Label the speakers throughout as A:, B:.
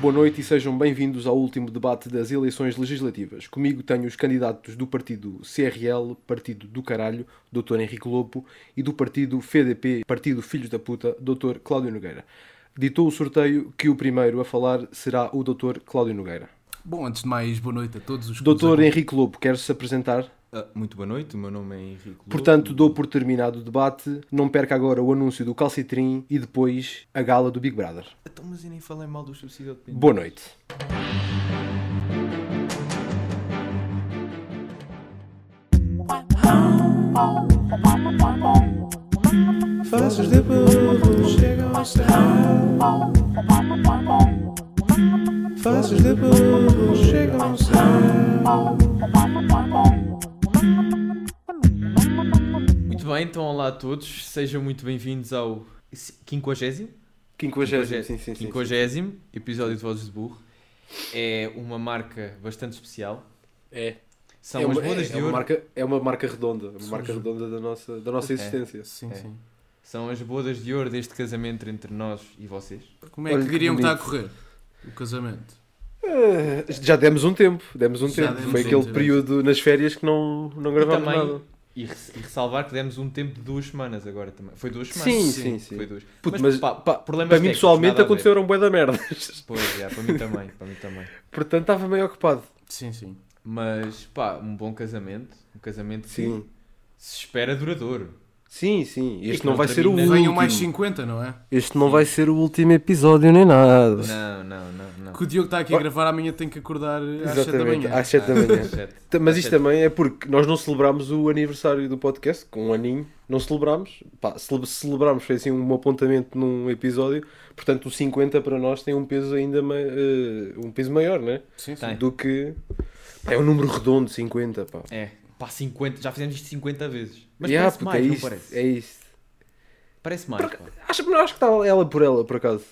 A: Boa noite e sejam bem-vindos ao último debate das eleições legislativas. Comigo tenho os candidatos do partido CRL, Partido do Caralho, Dr. Henrique Lopo, e do partido FDP, Partido Filhos da Puta, Dr. Cláudio Nogueira. Ditou o sorteio que o primeiro a falar será o Dr. Cláudio Nogueira.
B: Bom, antes de mais, boa noite a todos os que nos
A: Dr.
B: acompanham.
A: Henrique Lopo, quer-se apresentar?
C: Ah, muito boa noite, o meu nome é Henrique Lobo.
A: Portanto, dou por terminado o debate. Não perca agora o anúncio do Calcitrim e depois a gala do Big Brother.
C: Então, mas eu nem falei mal do subsídio de
A: Boa noite.
D: Faços de burro chegam ao sarau. Faços de burro chegam ao sarau.
C: Muito bem, então olá a todos, sejam muito bem-vindos ao 50
A: 50, sim, sim, sim.
C: 50 episódio de Vozes de Burro. É uma marca bastante especial.
A: É.
C: São
A: é
C: as
A: uma,
C: bodas
A: é-
C: de
A: é uma
C: ouro.
A: marca, é uma marca redonda, uma
B: Somos-
A: marca redonda da nossa, da nossa existência.
C: É.
B: Sim, sim.
C: São as bodas de ouro deste casamento entre nós e vocês.
B: Como é
A: Olha
B: que
A: que
B: diriam que está a
A: bonito.
B: correr o casamento?
A: Eh,
B: É.
A: Já demos um tempo, demos um
B: Já
A: tempo.
B: demos
A: Foi
B: um
A: aquele
B: tempo.
A: período nas férias que não, não gravámos
C: também-
A: nada.
C: E, res- e ressalvar que demos um tempo de duas semanas agora também. Foi duas semanas?
A: Sim, sim, sim.
C: Foi duas.
A: Puto, mas
C: pá,
A: pá,
C: problemas
A: Para mim
C: técnicos,
A: pessoalmente
C: nada a ver.
A: aconteceram bué da merda.
C: Pois, é, para mim também, para mim também.
A: Portanto, estava meio ocupado.
B: Sim, sim.
C: Mas, pá, um bom casamento. Um casamento que
A: Sim.
C: se espera duradouro.
A: Sim, sim.
C: E
A: Este
C: que
A: não
C: não
A: vai ser o
C: termina.
B: Venham mais
A: último.
B: 50, não é?
A: Este não vai ser o último episódio nem nada.
C: Não, não, não, não.
B: Que o Diogo está aqui a gravar, amanhã tem que acordar às 7 da
A: Exatamente,
B: manhã.
A: às 7 da manhã.
C: Certo.
A: Ta- Mas
C: Às
A: isto
C: é sete.
A: também é porque nós não celebrámos o aniversário do podcast, com um aninho, não celebrámos. Pá, cele- celebrámos, foi assim um apontamento num episódio, portanto o 50 para nós tem um peso ainda ma- eh, um peso maior, né?
B: Sim, sim.
C: Tem.
A: Do que. Pá, é um número redondo, 50, pá.
C: É, pá, 50, já fizemos isto 50 vezes. Mas
A: Yeah,
C: parece
A: puto,
C: mais,
A: é
C: não
A: isto,
C: parece?
A: É isto.
C: Parece mais, pá.
A: Acho, não, acho que está ela por ela, por acaso.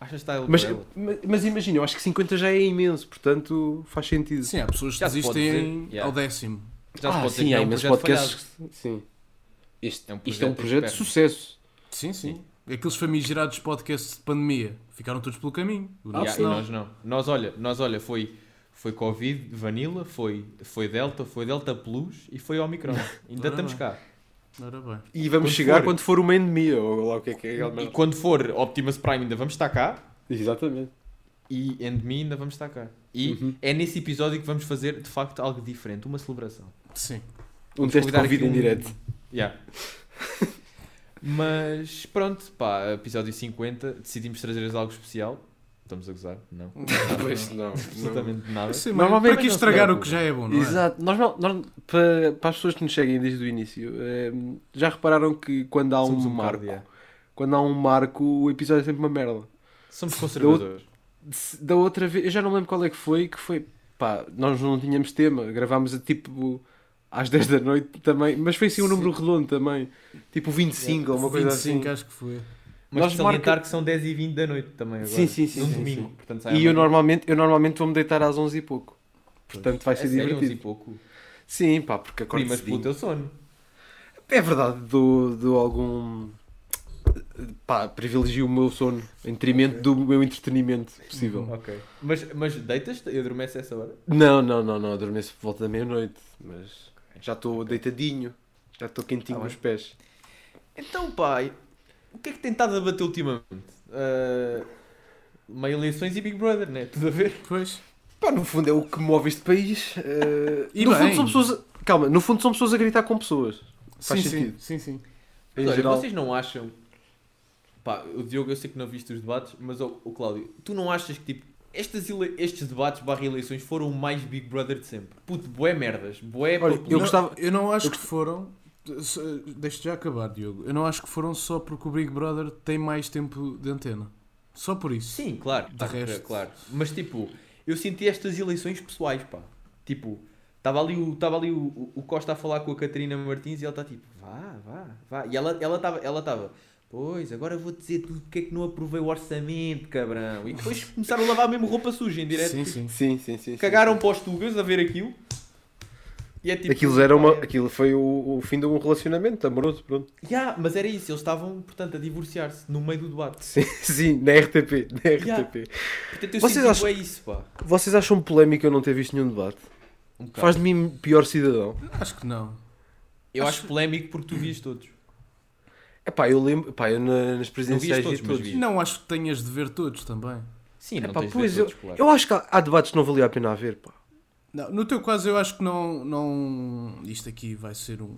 C: Achas que está ele
A: Mas,
C: por ela?
A: mas, mas imagina, eu acho que 50 já é imenso, portanto faz sentido.
B: Sim, há pessoas que
C: Já se pode
B: desistem
C: dizer, yeah.
B: ao décimo.
C: Já se
A: Ah,
C: pode dizer
A: sim,
C: que
A: há
C: é um
A: imensos
C: projeto
A: podcasts. que- Sim. Este,
C: É um
A: isto é um
C: projeto
A: projeto de
C: externo.
A: sucesso.
B: Sim, sim. Aqueles famigerados podcasts de pandemia ficaram todos pelo caminho. O
C: falhado.
B: nosso
C: Yeah, e
B: não.
C: Ah, nós não. Nós, olha, nós, olha, foi, foi Covid, Vanilla, foi, foi Delta, foi Delta Plus e foi Omicron. Ainda
B: Ora
C: estamos
A: Ah.
B: bem.
C: cá.
B: Ora bem.
A: E vamos
C: Quando
A: chegar
C: for.
A: quando for uma endemia, ou lá o que é que é aquela
C: E
A: merda.
C: quando for Optimus Prime ainda vamos estar cá.
A: Exatamente.
C: E Endme ainda vamos estar cá. E
A: Uhum.
C: é nesse episódio que vamos fazer, de facto, algo diferente. Uma celebração.
B: Sim.
A: Um teste de
C: convidar
A: Covid
C: aqui
A: em
C: um-
A: direto.
C: Yeah. Mas pronto, pá, episódio 50, decidimos trazer algo especial. Estamos a gozar? Não.
A: Pois não.
C: Absolutamente nada.
B: Sim, mas
A: Normalmente
B: para que
C: não se
B: estragar o
C: preocupa.
B: que já é bom, não é?
A: Exato. Nós, não- nós- para, para as pessoas que nos seguem desde o início, eh, já repararam que quando há
C: Somos
A: um,
C: bocado,
A: marco,
C: yeah.
A: quando há um marco, o episódio é sempre uma merda.
C: Somos conservadores.
A: De- Da outra vez, eu já não lembro qual é que foi, que foi, pá, nós não tínhamos tema, gravámos a tipo às 10 da noite também, mas foi assim um
B: Sim.
A: número redondo também, tipo 25 ou uma coisa
B: 25
A: assim.
B: acho que foi.
C: Mas
A: Nós
C: Nós salientar
A: marca-
C: que são 10 e 20 da noite também agora.
A: Sim, sim, sim,
C: Num
A: sim,
C: domingo.
A: sim.
C: Portanto, sai à
A: E eu
C: noite.
A: normalmente, eu normalmente vou-me deitar às 11 e pouco. Portanto, vai
C: É
A: ser
C: sério,
A: divertido.
C: uns e pouco.
A: Sim, pá, porque acordo
C: Primas pelo
A: cedinho.
C: teu sono.
A: É verdade, dou, dou algum... Pá, privilegio o meu sono em detrimento do meu entretenimento possível.
C: Ok. Mas, mas deitas-te e adormeces essa hora?
A: Não, não, não, não, adormeço por volta da meia-noite, mas já estou deitadinho, já estou quentinho
C: Tá
A: nos
C: bem.
A: pés.
C: Então, pai, o que é que tem estado a bater ultimamente? Ah, meio eleições e Big Brother, né? Tudo a ver?
B: Pois.
A: Pá, no fundo é o que move este país. eh,
B: E
A: no
B: bem.
A: fundo são pessoas... a- Calma, no fundo são pessoas a gritar com pessoas. Faz
B: sim,
A: sentido.
B: Sim, sim, sim.
A: Em
C: Mas olha,
A: geral.
C: vocês não acham. Pá, o Diogo, eu sei que não viste os debates, mas o Cláudio, tu não achas que tipo. Estas ele- Estes debates barra eleições foram o mais Big Brother de sempre. Puto, boé merdas. Boé
A: Olha, Eu
B: não,
A: gostava-
B: eu não acho que foram. se- Deixa-te já acabar, Diogo. Eu não acho que foram só porque o Big Brother tem mais tempo de antena. Só por isso.
C: Sim, claro.
B: De
C: tá,
B: resto.
C: Claro. Mas tipo, eu senti estas eleições pessoais, pá. Tipo, estava ali, o, tava ali o, o- o Costa a falar com a Catarina Martins e ela está tipo, vá, vá, vá. E ela estava, ela tava, ela tava, pois, agora vou dizer tudo porque é que não aprovei o orçamento, cabrão. E depois começaram a lavar mesmo roupa suja em direto.
B: Sim, sim.
A: Sim, sim, sim. sim.
C: Cagaram para os tugas a ver aquilo. E é tipo,
A: Aquilo, era uma,
C: pá, é-
A: aquilo foi o, o fim de um relacionamento amoroso, pronto.
C: Yeah, mas era isso, eles estavam, portanto, a divorciar-se no meio do debate.
A: Sim, sim, na RTP. Na
C: Yeah.
A: RTP.
C: Portanto, eu
A: Vocês
C: sinto
A: acham-
C: que é isso, pá.
A: Vocês acham polémico eu não ter visto nenhum debate?
C: Um bocado.
A: Faz de mim pior cidadão.
B: Acho que não.
C: Eu acho polémico porque tu vias todos.
A: É pá, eu lembro. Pá, eu na- nas presidenciais
C: todos,
A: vi
C: mas
A: todos.
C: vi.
B: Não acho que tenhas de ver todos também.
C: Sim, não
A: Epá,
C: tens de ver
A: É pois
C: todos, claro.
A: Eu acho que há, há debates que não valia a pena haver, pá.
B: Não, no teu caso, eu acho que não. não... Isto aqui vai ser um,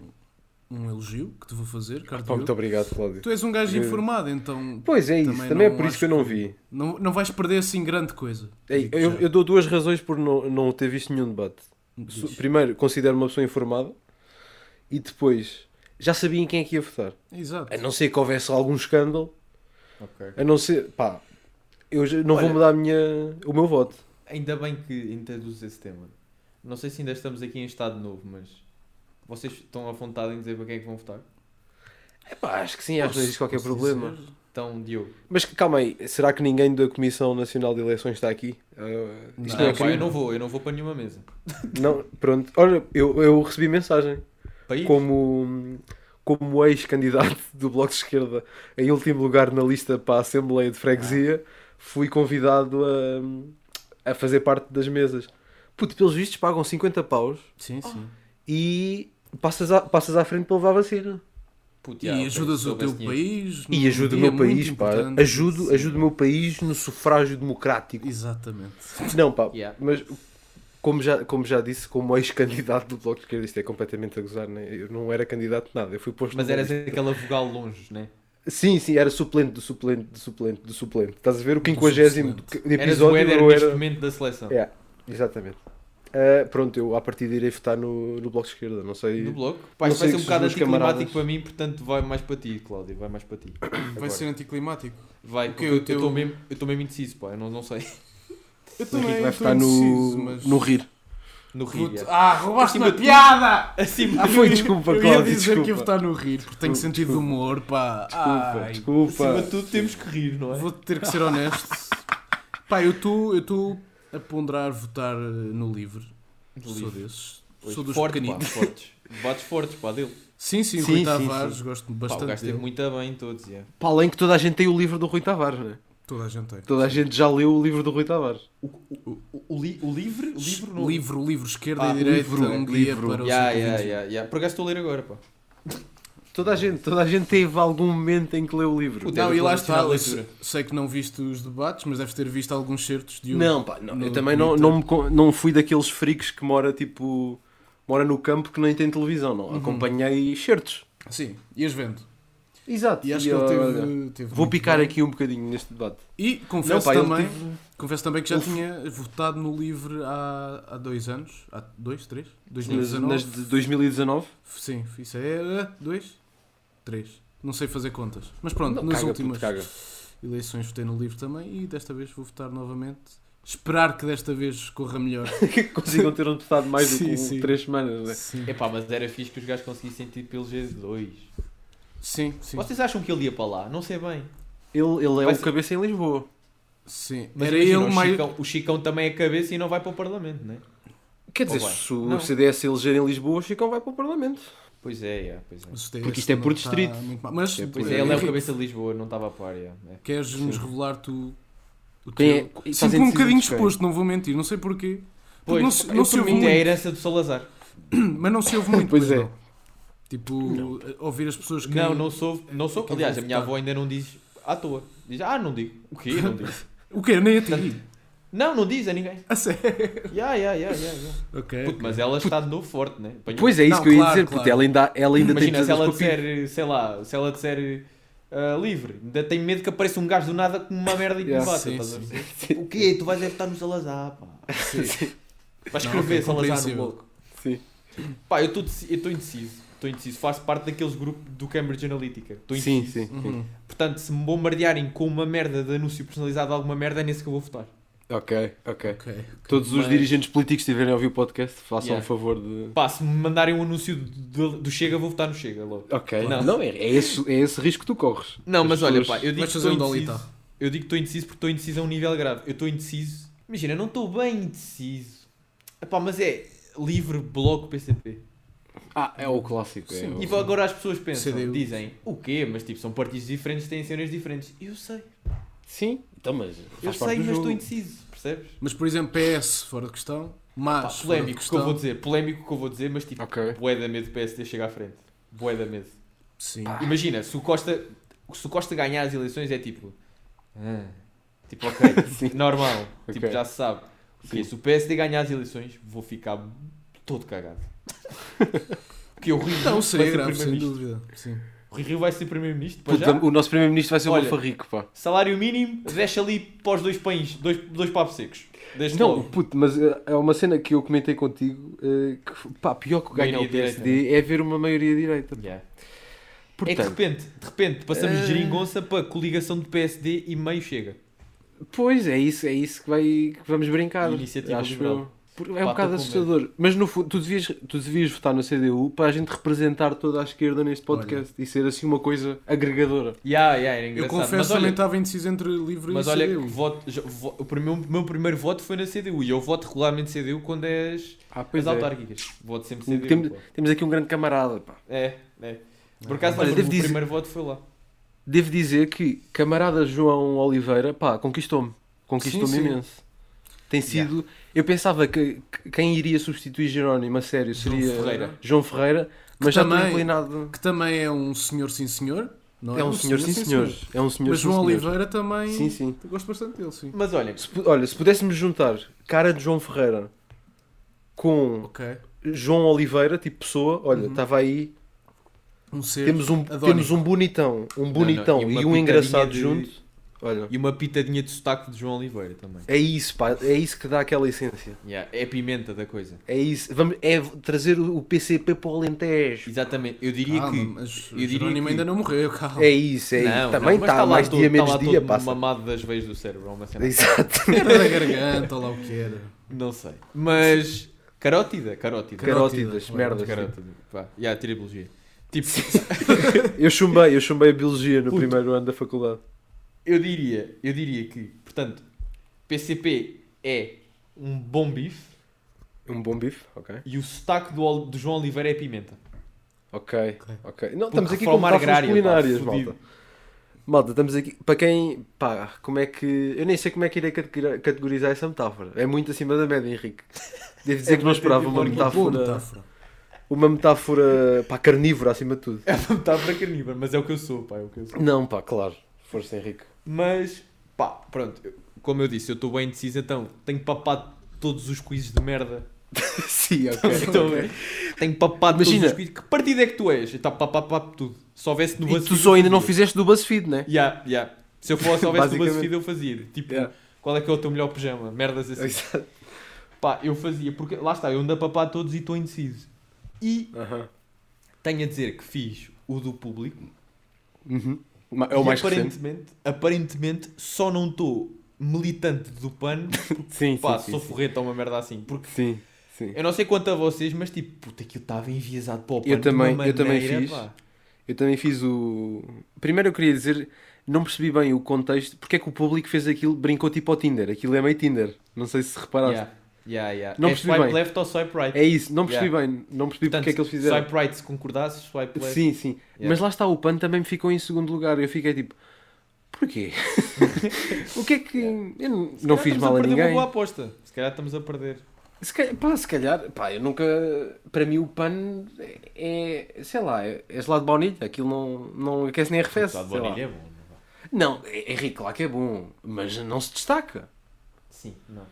B: um elogio que te vou fazer, caro
A: Ah, Pá, muito
B: Diogo.
A: obrigado, Cláudio.
B: Tu és um gajo informado, então
A: Pois é isso,
B: Também
A: também,
B: não
A: é por isso
B: acho
A: que eu não vi.
B: não, não vais perder assim grande coisa.
A: Ei,
B: Digo
A: eu,
B: já.
A: eu dou duas razões por não, não ter visto nenhum debate.
B: Diz.
A: Su- Primeiro, considero uma pessoa informada e depois já sabia em quem é que ia votar.
B: Exato.
A: A não ser que houvesse algum escândalo,
C: Ok.
A: a não ser. pá, eu já- não
C: Olha.
A: vou mudar a minha, o meu voto.
C: Ainda bem que introduzes esse tema. Não sei se ainda estamos aqui em estado novo, mas vocês estão à vontade em dizer para quem é que vão votar?
A: Epá, acho que sim, acho que não existe qualquer
B: Posso
A: problema.
B: dizer?
C: Então, Diogo.
A: Mas calma aí, será que ninguém da Comissão Nacional de Eleições está aqui? Ah, isto
B: Não,
A: não, é
C: pá,
A: crime?
C: eu não vou, eu não vou para nenhuma mesa.
A: Não, pronto. Olha, eu, eu recebi mensagem
C: Para ir?
A: como, como ex-candidato do Bloco de Esquerda em último lugar na lista para a Assembleia de Freguesia, fui convidado a, a fazer parte das mesas. Puto, pelos vistos pagam 50 paus
B: Sim, sim.
A: Ah. e passas, a- passas à frente para levar vacina.
C: Puta,
B: E
C: yeah, ok,
B: ajudas o
C: soube
B: teu
C: esse dinheiro.
B: país.
A: E
B: num
A: ajudo o
B: dia
A: meu
B: muito
A: país, pá.
B: importante.
A: Ajudo, ajudo o meu país no sufrágio democrático.
B: Exatamente.
A: Não, pá,
C: Yeah.
A: mas como já, como já disse, como ex-candidato do Bloco de Esquerda, isto é completamente a gozar, né? eu não era candidato de nada, eu fui posto
C: Mas
A: numa
C: eras
A: lista.
C: aquela vogal longe, né?
A: Sim, sim, era suplente do suplente do suplente do suplente. Estás a ver o
B: Do
A: 50
C: Eras o
A: episódio É,
C: Éder
A: eu
C: neste
A: era...
C: momento da seleção.
A: Yeah, exatamente. Ah, pronto, eu à partida irei votar no, no Bloco de Esquerda, não sei.
C: Do bloco. Pá, isto
A: sei
C: vai ser um
A: se os
C: bocado
A: meus
C: anticlimático
A: camaradas-
C: para mim, portanto vai mais para ti, Cláudio. Vai mais para ti.
B: Vai ser anticlimático.
C: Vai,
B: O
C: porque
B: quê?
C: eu
B: O
C: eu
B: teu-
C: estou mesmo, eu estou mesmo indeciso, pá. Eu não, não sei.
A: O Henrique
B: Eu também
A: vai
B: estou
A: votar no,
B: indeciso, é mas-
A: no RIR. é.
C: No é. Rio.
B: Puto-
C: yeah.
B: Ah, roubaste
C: Acima
B: uma
C: de
B: piada!
C: Acima
A: Ah,
B: Eu
A: foi,
B: ia-
A: desculpa,
B: Eu ia
A: Cláudio,
B: dizer que ia
A: desculpa.
B: votar no rir, porque tenho sentido de humor, pá.
A: Desculpa,
B: Ai,
C: acima de
A: desculpa.
C: tudo temos que rir, não é?
B: Vou ter que ser honesto. Pá, eu estou a ponderar votar eh, no livre. Sou
C: Livre.
B: desses.
C: Pois,
B: Sou dos
C: forte, pá,
B: pequeninos.
C: fortes. Debates fortes, pá, dele.
B: Sim, sim,
A: Sim,
B: Rui
A: sim,
B: Tavares, gosto
C: Pá, o
B: bastante
C: gajo esteve
B: dele.
C: muito bem em todos, yeah.
A: Para além que toda a gente tem o livro do Rui Tavares, né?
B: Toda a gente tem.
A: Toda a gente já leu o livro do Rui Tavares.
C: O, o, o, o li- o livre? O livro não...
B: Livro, livro, esquerda
C: Ah,
B: e direita,
A: livro,
B: um
A: é,
B: guia
A: livro.
B: para o
C: Yeah,
B: século um.
C: yeah,
B: XXI.
C: yeah, yeah. Por acaso estou a ler agora, pá.
A: Toda a gente, toda a gente teve algum momento em que leu o livro.
C: Puta,
B: Não, e lá
C: Deve ter
B: está, eu
C: leitura.
B: sei que não viste os debates, mas deves ter visto alguns certos de um.
A: Não, pá, não,
B: no
A: eu também não,
B: Twitter.
A: não, me con- não fui daqueles freaks que mora tipo. mora no campo que nem tem televisão, não. Acompanhei certos.
B: Sim, ias vendo.
A: Exato.
B: E acho que ele
A: olha,
B: teve. teve
A: Vou
B: muito
A: picar
B: bem.
A: aqui um bocadinho neste debate.
B: E confesso,
A: Não, pá, ele
B: também,
A: teve-
B: confesso também que já
A: Ele-
B: tinha votado no livre há, há dois anos. Há dois, três?
A: Nas,
B: 2019?
A: nas de 2019.
B: Sim, isso é. ah, Dois? Três. Não sei fazer contas. Mas pronto,
A: Não,
B: nas
A: caga, puto,
B: últimas
A: caga.
B: eleições votei no livre também e desta vez vou votar novamente. Esperar que desta vez corra melhor.
A: Consigam ter um deputado mais do
B: Sim,
A: que
B: sim.
A: um- três semanas, né?
B: sim.
C: É pá, mas era fixe que os gajos conseguissem ter pelo G2.
B: Sim, sim.
C: Vocês acham que ele ia para lá? Não sei bem.
A: Ele, ele é
C: Vai
A: o
C: ser-
A: cabeça em Lisboa.
B: sim.
C: Mas
B: Era
C: imagina,
B: ele
C: o,
B: mais.
C: Chicão, o Chicão também é cabeça e não vai para o Parlamento, né?
A: Quer
C: Ou
A: dizer,
C: vai?
A: se o
C: Não.
A: CDS se eleger em Lisboa, o Chicão vai para o Parlamento.
C: Pois é, yeah, pois é.
B: Mas isto é-
A: Porque isto é
B: não
A: por
B: está
A: distrito.
B: muito mal. Mas
A: Isto é por-
C: Pois
B: eh,
C: é, ele é o
B: Henrique,
C: cabeça de Lisboa, não estava a par, yeah. é.
B: Queres-nos
A: Sim.
B: revelar tu. o
A: Quem
B: teu-
A: é- e
B: Sinto-me
A: fazem
B: um bocadinho
A: decisões de quem?
B: exposto, não vou mentir, não sei porquê. Porque
C: Pois,
B: não se,
C: pá,
B: não
C: eu,
B: se
C: por
B: ouve
C: mim, é a
B: muito,
C: herança do Salazar.
B: mas não se ouve muito.
A: Pois é.
B: não. Tipo, ouvir as pessoas que.
C: Não, não soube. Não soube.
B: quem
C: Aliás,
B: vai
C: a minha
B: votar?
C: avó ainda não diz à toa. Diz, ah, não digo. O quê? Não digo.
B: O quê? Nem a ti.
C: não, não diz a ninguém.
B: A sério.
C: Yeah, yeah, yeah, yeah, yeah.
B: Ok.
C: Puto, mas ela está de novo forte, né? Apanhou.
A: Pois é, isso
B: Não,
A: que eu ia
B: claro,
A: dizer,
B: claro.
A: porque ela ainda, ela ainda
C: Imagina
A: tem
C: se ela
A: coisas com o
C: disser, sei lá, se ela disser ah, livre, ainda tem medo que apareça um gajo do nada com uma merda e que me
A: Yeah,
C: bata.
B: sim,
C: estás a
B: sim.
C: perceber? O quê? Tu vais é votar no Salazar, pá. Vais
B: Não, ok,
C: escrever Salazar no
B: compreensível.
C: bloco.
A: pico. Sim.
C: Pá, eu estou indeciso. Estou indeciso. Faço parte daqueles grupos do Cambridge Analytica. Estou
A: Sim,
C: indeciso.
A: sim.
B: Uhum.
C: Portanto, se me bombardearem com uma merda de anúncio personalizado de alguma merda, é nesse que eu vou votar.
A: Ok, ok.
B: Ok.
A: Todos os
C: Mas-
A: dirigentes políticos que estiverem a ouvir o podcast, façam
C: Yeah.
A: o favor de.
C: Pá, se me mandarem um anúncio do, do- do Chega, vou votar no Chega logo.
A: Ok.
C: Não.
A: Não, é, é esse, é esse risco que tu corres.
C: Não,
A: As
C: mas olha, pá,
A: pessoas-
C: eu digo
B: Vais
C: que
B: fazer
C: estou
B: um dolita.
C: indeciso. Eu digo que estou indeciso porque estou indeciso a um nível grave. Eu estou indeciso. Imagina, eu não estou bem indeciso. Epá, mas é. Livre Bloco PCP.
A: Ah, é o clássico.
B: Sim.
A: É
C: E
A: o...
C: agora as pessoas pensam,
B: CDU.
C: dizem, o quê? Mas tipo, são partidos diferentes, têm cenas diferentes. Eu sei,
A: Sim, então, mas
C: eu
A: faz parte
C: sei,
A: do
C: mas
A: jogo.
C: estou indeciso, percebes?
B: Mas, por exemplo, PS, fora de questão.
A: Ah,
C: Pá,
B: Mas, fora de
C: polémico que eu
B: questão.
C: vou dizer, polémico que eu vou dizer, mas tipo,
A: Ok.
C: bué da medo do PSD chega à frente. Bué da medo.
B: Sim.
C: Imagina, se o Costa, se o Costa ganhar as eleições é tipo. ah, tipo, ok,
A: Sim.
C: normal, tipo,
A: Ok.
C: já se sabe. Porque
A: Sim.
C: se o PSD ganhar as eleições, vou ficar todo cagado. Porque o Rui
B: Não,
C: Rio
B: Então, seria
C: vai ser
B: grave, sem
C: primeiro-ministro.
B: dúvida. Sim.
C: O Rui Rio vai ser primeiro-ministro para
A: Puta,
C: já.
A: o nosso primeiro-ministro vai ser
C: Olha.
A: um alfarrico, pá.
C: Salário mínimo, deixa ali para os dois pães, dois, dois papos secos. Desde
A: Não,
C: logo.
A: puto, mas eh, é uma cena que eu comentei contigo eh, que, f- pá, pior que ganhar o
C: Maioria
A: PSD é ver uma maioria direita.
C: Yeah. é de
A: Portanto,
C: repente, de repente, passamos
A: eh,
C: de geringonça para coligação de PSD e meio chega.
A: pois é isso, é isso que, vai, que vamos brincar.
C: Iniciativa
A: acho
C: Liberal.
A: eu. Porque É
C: Pá,
A: um bocado
C: tô com medo.
A: assustador. Mas no fundo, tu devias, tu devias votar no CDU para a gente representar toda a esquerda neste podcast e ser assim uma coisa agregadora.
C: Yeah, yeah, era
B: Eu
C: engraçado.
B: confesso
C: Mas
B: que também
C: olha,
B: estava indeciso entre livre
C: Mas
B: e
C: olha, que
B: CDU.
C: voto, já- vo- o primeiro- meu primeiro voto foi na CDU e eu voto regularmente CDU quando és
A: Ah, pois
C: as
A: é.
C: autárquicas. Voto sempre CDU.
A: Temos,
C: pô.
A: temos aqui um grande camarada. pá.
C: É, é. Por acaso,
A: Olha,
C: lembro-me,
A: devo
C: o
A: dizer-
C: primeiro voto foi lá.
A: Devo dizer que camarada João Oliveira, pá, conquistou-me. Conquistou-me
B: Sim, sim.
A: imenso. Tem sido. Eu pensava que, que quem iria substituir Jerónimo a sério
B: João
A: seria João
C: Ferreira.
A: Ferreira, mas já
B: também-
A: estou inclinado.
B: Que também é um senhor sim senhor. Não
A: É um senhor, sim, senhor. É um senhor,
B: Mas
A: sim,
B: João
A: senhor.
B: Oliveira também.
A: Sim, sim.
B: Eu gosto bastante dele, sim.
C: Mas olha,
A: Se pu- olha, se pudéssemos juntar cara de João Ferreira com
B: Ok.
A: João Oliveira, tipo pessoa, olha,
C: Uhum.
A: estava aí.
B: Um ser.
A: Temos um,
B: adónico.
A: temos um bonitão, um bonitão
C: e uma
A: e, um
C: pitadinha
A: engraçado
C: de-
A: junto. Olha,
C: e uma pitadinha de sotaque de João Oliveira também.
A: é isso, pá, é isso que dá aquela essência.
C: Yeah, é a pimenta da coisa.
A: É isso, vamos, é trazer o o PCP para o Alentejo.
C: Exatamente. Eu diria
A: Ah,
B: Calma,
C: que.
B: Ah, mas
C: eu diria
B: o Jerónimo
C: que-
B: ainda não morreu, calma.
A: É isso, é
C: Não,
A: isso. Também
C: não, mas
A: está
C: lá
A: mais
C: todo-
A: dia,
C: tá
A: menos
C: lá
A: dia,
C: todo
A: passa.
C: mamado das veias do cérebro. é Uma cena. assim.
A: Exato.
B: Era da garganta, ou lá o que era.
C: Não sei. Mas. Carótida,
B: Carótida.
C: carótida.
A: Carótidas,
B: Olha,
A: merdas.
C: Carótida. Pá, yeah, tira a biologia. Tipo,
A: Eu chumbei, eu chumbei a biologia no
C: Puto.
A: primeiro ano da faculdade.
C: Eu diria, eu diria que, portanto, PCP é um bom bife
A: Um bom bife, ok.
C: e o sotaque do, Ol- do João Oliveira é pimenta.
A: Ok,
B: Ok.
A: ok. Não, estamos aqui com
C: reforma
A: metáforas
C: agrária, pá,
A: culinárias,
C: fudido.
A: malta. Malta, estamos aqui. Para quem. Pá, como é que. Eu nem sei como é que irei categori- categorizar essa metáfora. É muito acima da média, Henrique. Devo dizer que não esperava uma
C: tipo
B: É, Uma boa
A: metáfora.
B: metáfora.
A: Uma metáfora. pá, carnívora acima de tudo.
C: É uma metáfora carnívora, mas é o que eu sou, pá, é o que eu sou.
A: Não, pá, claro. Força, Henrique.
C: Mas, pá, pronto, eu- como eu disse, eu estou bem indeciso, então tenho papado todos os quizzes de merda.
A: Sim, ok.
C: Então, Tenho papado
A: Imagina.
C: todos os quizzes. Que partido é que tu és? Eu Está papado papo tudo. Se houvesse no
A: E tu
C: BuzzFeed,
A: só
C: eu
A: ainda não
C: fazia.
A: fizeste do BuzzFeed, né?
C: Yeah, yeah. Se eu fosse, se houvesse no
A: Basicamente.
C: BuzzFeed, eu fazia. Tipo,
A: Yeah.
C: qual é que é o teu melhor pijama? Merdas assim.
A: Exato.
C: Pá, eu fazia, porque lá está, eu ando a papar todos e estou indeciso. E
A: Aham.
C: tenho a dizer que fiz o do público.
A: Uhum. Ma- É o
C: e
A: mais recente.
C: aparentemente, aparentemente só não estou militante do PAN.
A: Sim,
C: Pá, sou forreta ou uma merda assim. Porque
A: Sim, sim.
C: eu não sei quanto a vocês, mas tipo, puta que eu estava enviesado para o PAN.
A: Eu
C: de
A: também-
C: uma
A: eu também
C: maneira,
A: fiz.
C: pá.
A: Eu também fiz o. Primeiro eu queria dizer, não percebi bem o contexto, porque é que o público fez aquilo, brincou tipo ao Tinder. Aquilo é meio Tinder. Não sei se reparaste.
C: Yeah, yeah, yeah.
A: Não
C: é
A: percebi
C: swipe
A: bem.
C: left ou swipe right.
A: É isso, não percebi bem. Não percebi
C: Portanto,
A: porque é que eles fizeram.
C: Swipe right se concordasses, swipe left.
A: Sim, sim.
C: Yeah.
A: Mas lá está, o PAN também me ficou em segundo lugar. Eu fiquei tipo, porquê? o que é que. Eu não,
C: Se
A: não
C: calhar
A: fiz
C: estamos
A: mal a
C: perder
A: ninguém.
C: Uma boa aposta. Se calhar estamos a perder.
A: Se calhar, pá, se calhar, pá, eu nunca. Para mim, o PAN é. é, Sei lá, é, é gelado de baunilha. Aquilo não, não aquece nem arrefece.
C: Apesar de
A: sei lá.
C: baunilha é bom. não é?
A: Não, é é rico, lá que é bom, mas não se destaca.
C: Sim, não.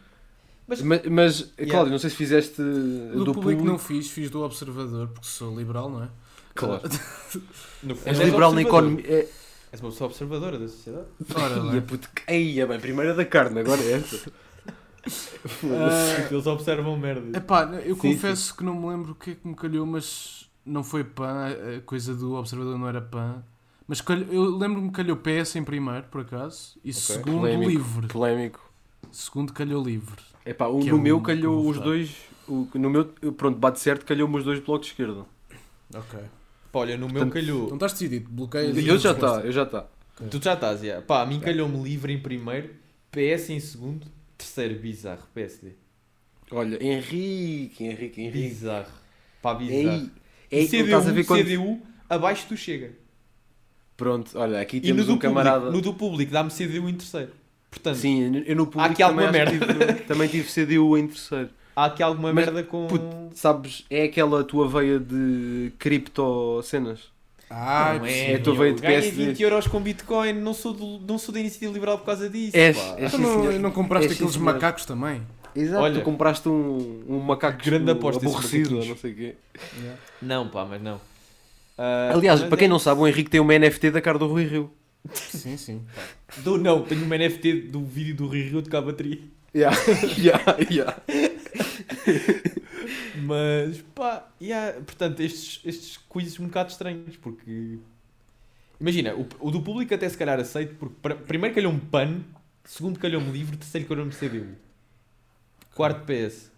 A: Mas,
C: Mas-
A: mas,
C: Yeah.
A: Cláudio, não sei se fizeste
B: Do,
A: do,
B: público, não fiz, fiz do observador, porque sou liberal, não é?
A: Claro.
C: No
A: És
C: fundo,
A: liberal na
C: um observador.
A: economia. É...
C: És uma pessoa observadora da sociedade.
B: Ora
A: Ia,
B: bem.
A: puto, que- Ia, bem, primeira da carne, agora é essa.
B: Ah, É
C: Eles observam merda.
B: epá, eu
A: Sim,
B: confesso que não me lembro o que é que me calhou, mas não foi PAN, a- a coisa do observador não era PAN. Mas calhou- eu lembro-me que calhou PS em primeiro, por acaso, e segundo
A: Polémico.
B: livre.
A: Polémico.
B: Segundo calhou livre.
A: Epá, o,
B: Que é
A: no
B: um-
A: meu calhou
B: um
A: os
B: votar.
A: dois. O, no meu, pronto, bate certo, calhou-me os dois blocos de esquerda.
B: Ok.
C: Pá, olha, no meu
A: Portanto,
B: Então
C: calhou.
B: estás decidido, bloqueias.
A: E
B: e
A: eu já
B: respostas.
C: tá.
A: está, eu já tá. está.
C: Tu já estás, yeah. Pá, a mim calhou-me livre em primeiro, PS em segundo, terceiro bizarro, PSD.
A: Olha, Henrique, Henrique, Henrique.
C: Bizarro. Pá,
A: É
C: bizarro.
A: aí, é aí que
C: CDU,
A: estás a ver quando...
C: CDU, abaixo do Chega.
A: Pronto, olha, aqui
C: um. E no
A: temos
C: do,
A: um camarada...
C: público, no do público dá-me CDU em terceiro. Portanto,
A: Sim, eu no público
C: Há aqui
A: também,
C: alguma
A: acho que Tive, também tive CDU em terceiro.
C: há aqui alguma
A: Mas,
C: merda com...
A: Puto, sabes, é aquela tua veia de cripto cenas.
B: Ah,
C: não
B: é
C: é,
A: eu tô
C: meu.
A: veio de
C: Ganhei
A: PSD.
C: 20 euros com Bitcoin, não sou, do, não sou da iniciativa liberal por causa disso.
A: És,
C: pá.
A: és.
B: Tu Então não,
A: senhor.
B: não compraste
A: É, sim,
B: aqueles
A: senhor.
B: macacos também?
A: Exato,
C: Olha,
A: tu compraste um, um macaco
C: grande aposta esse
A: aborrecido,
C: macaquinho.
A: não sei o quê.
C: Não, pá, mas não. Ah,
A: Aliás,
C: mas
A: para quem
C: é-
A: não sabe, o Henrique tem uma NFT da cara do Rui Rio.
B: Sim, sim.
C: Do, não, tenho uma NFT do vídeo do Rui Rio de tocar bateria.
A: Yeah, yeah, yeah.
C: Mas, pá, yeah, portanto, estes, estes quizzes um bocado estranhos, porque... Imagina, o, o do público até se calhar aceito, porque pr- primeiro calhou-me PAN, segundo calhou-me LIVRE, terceiro calhou-me CDU. Quarto PS.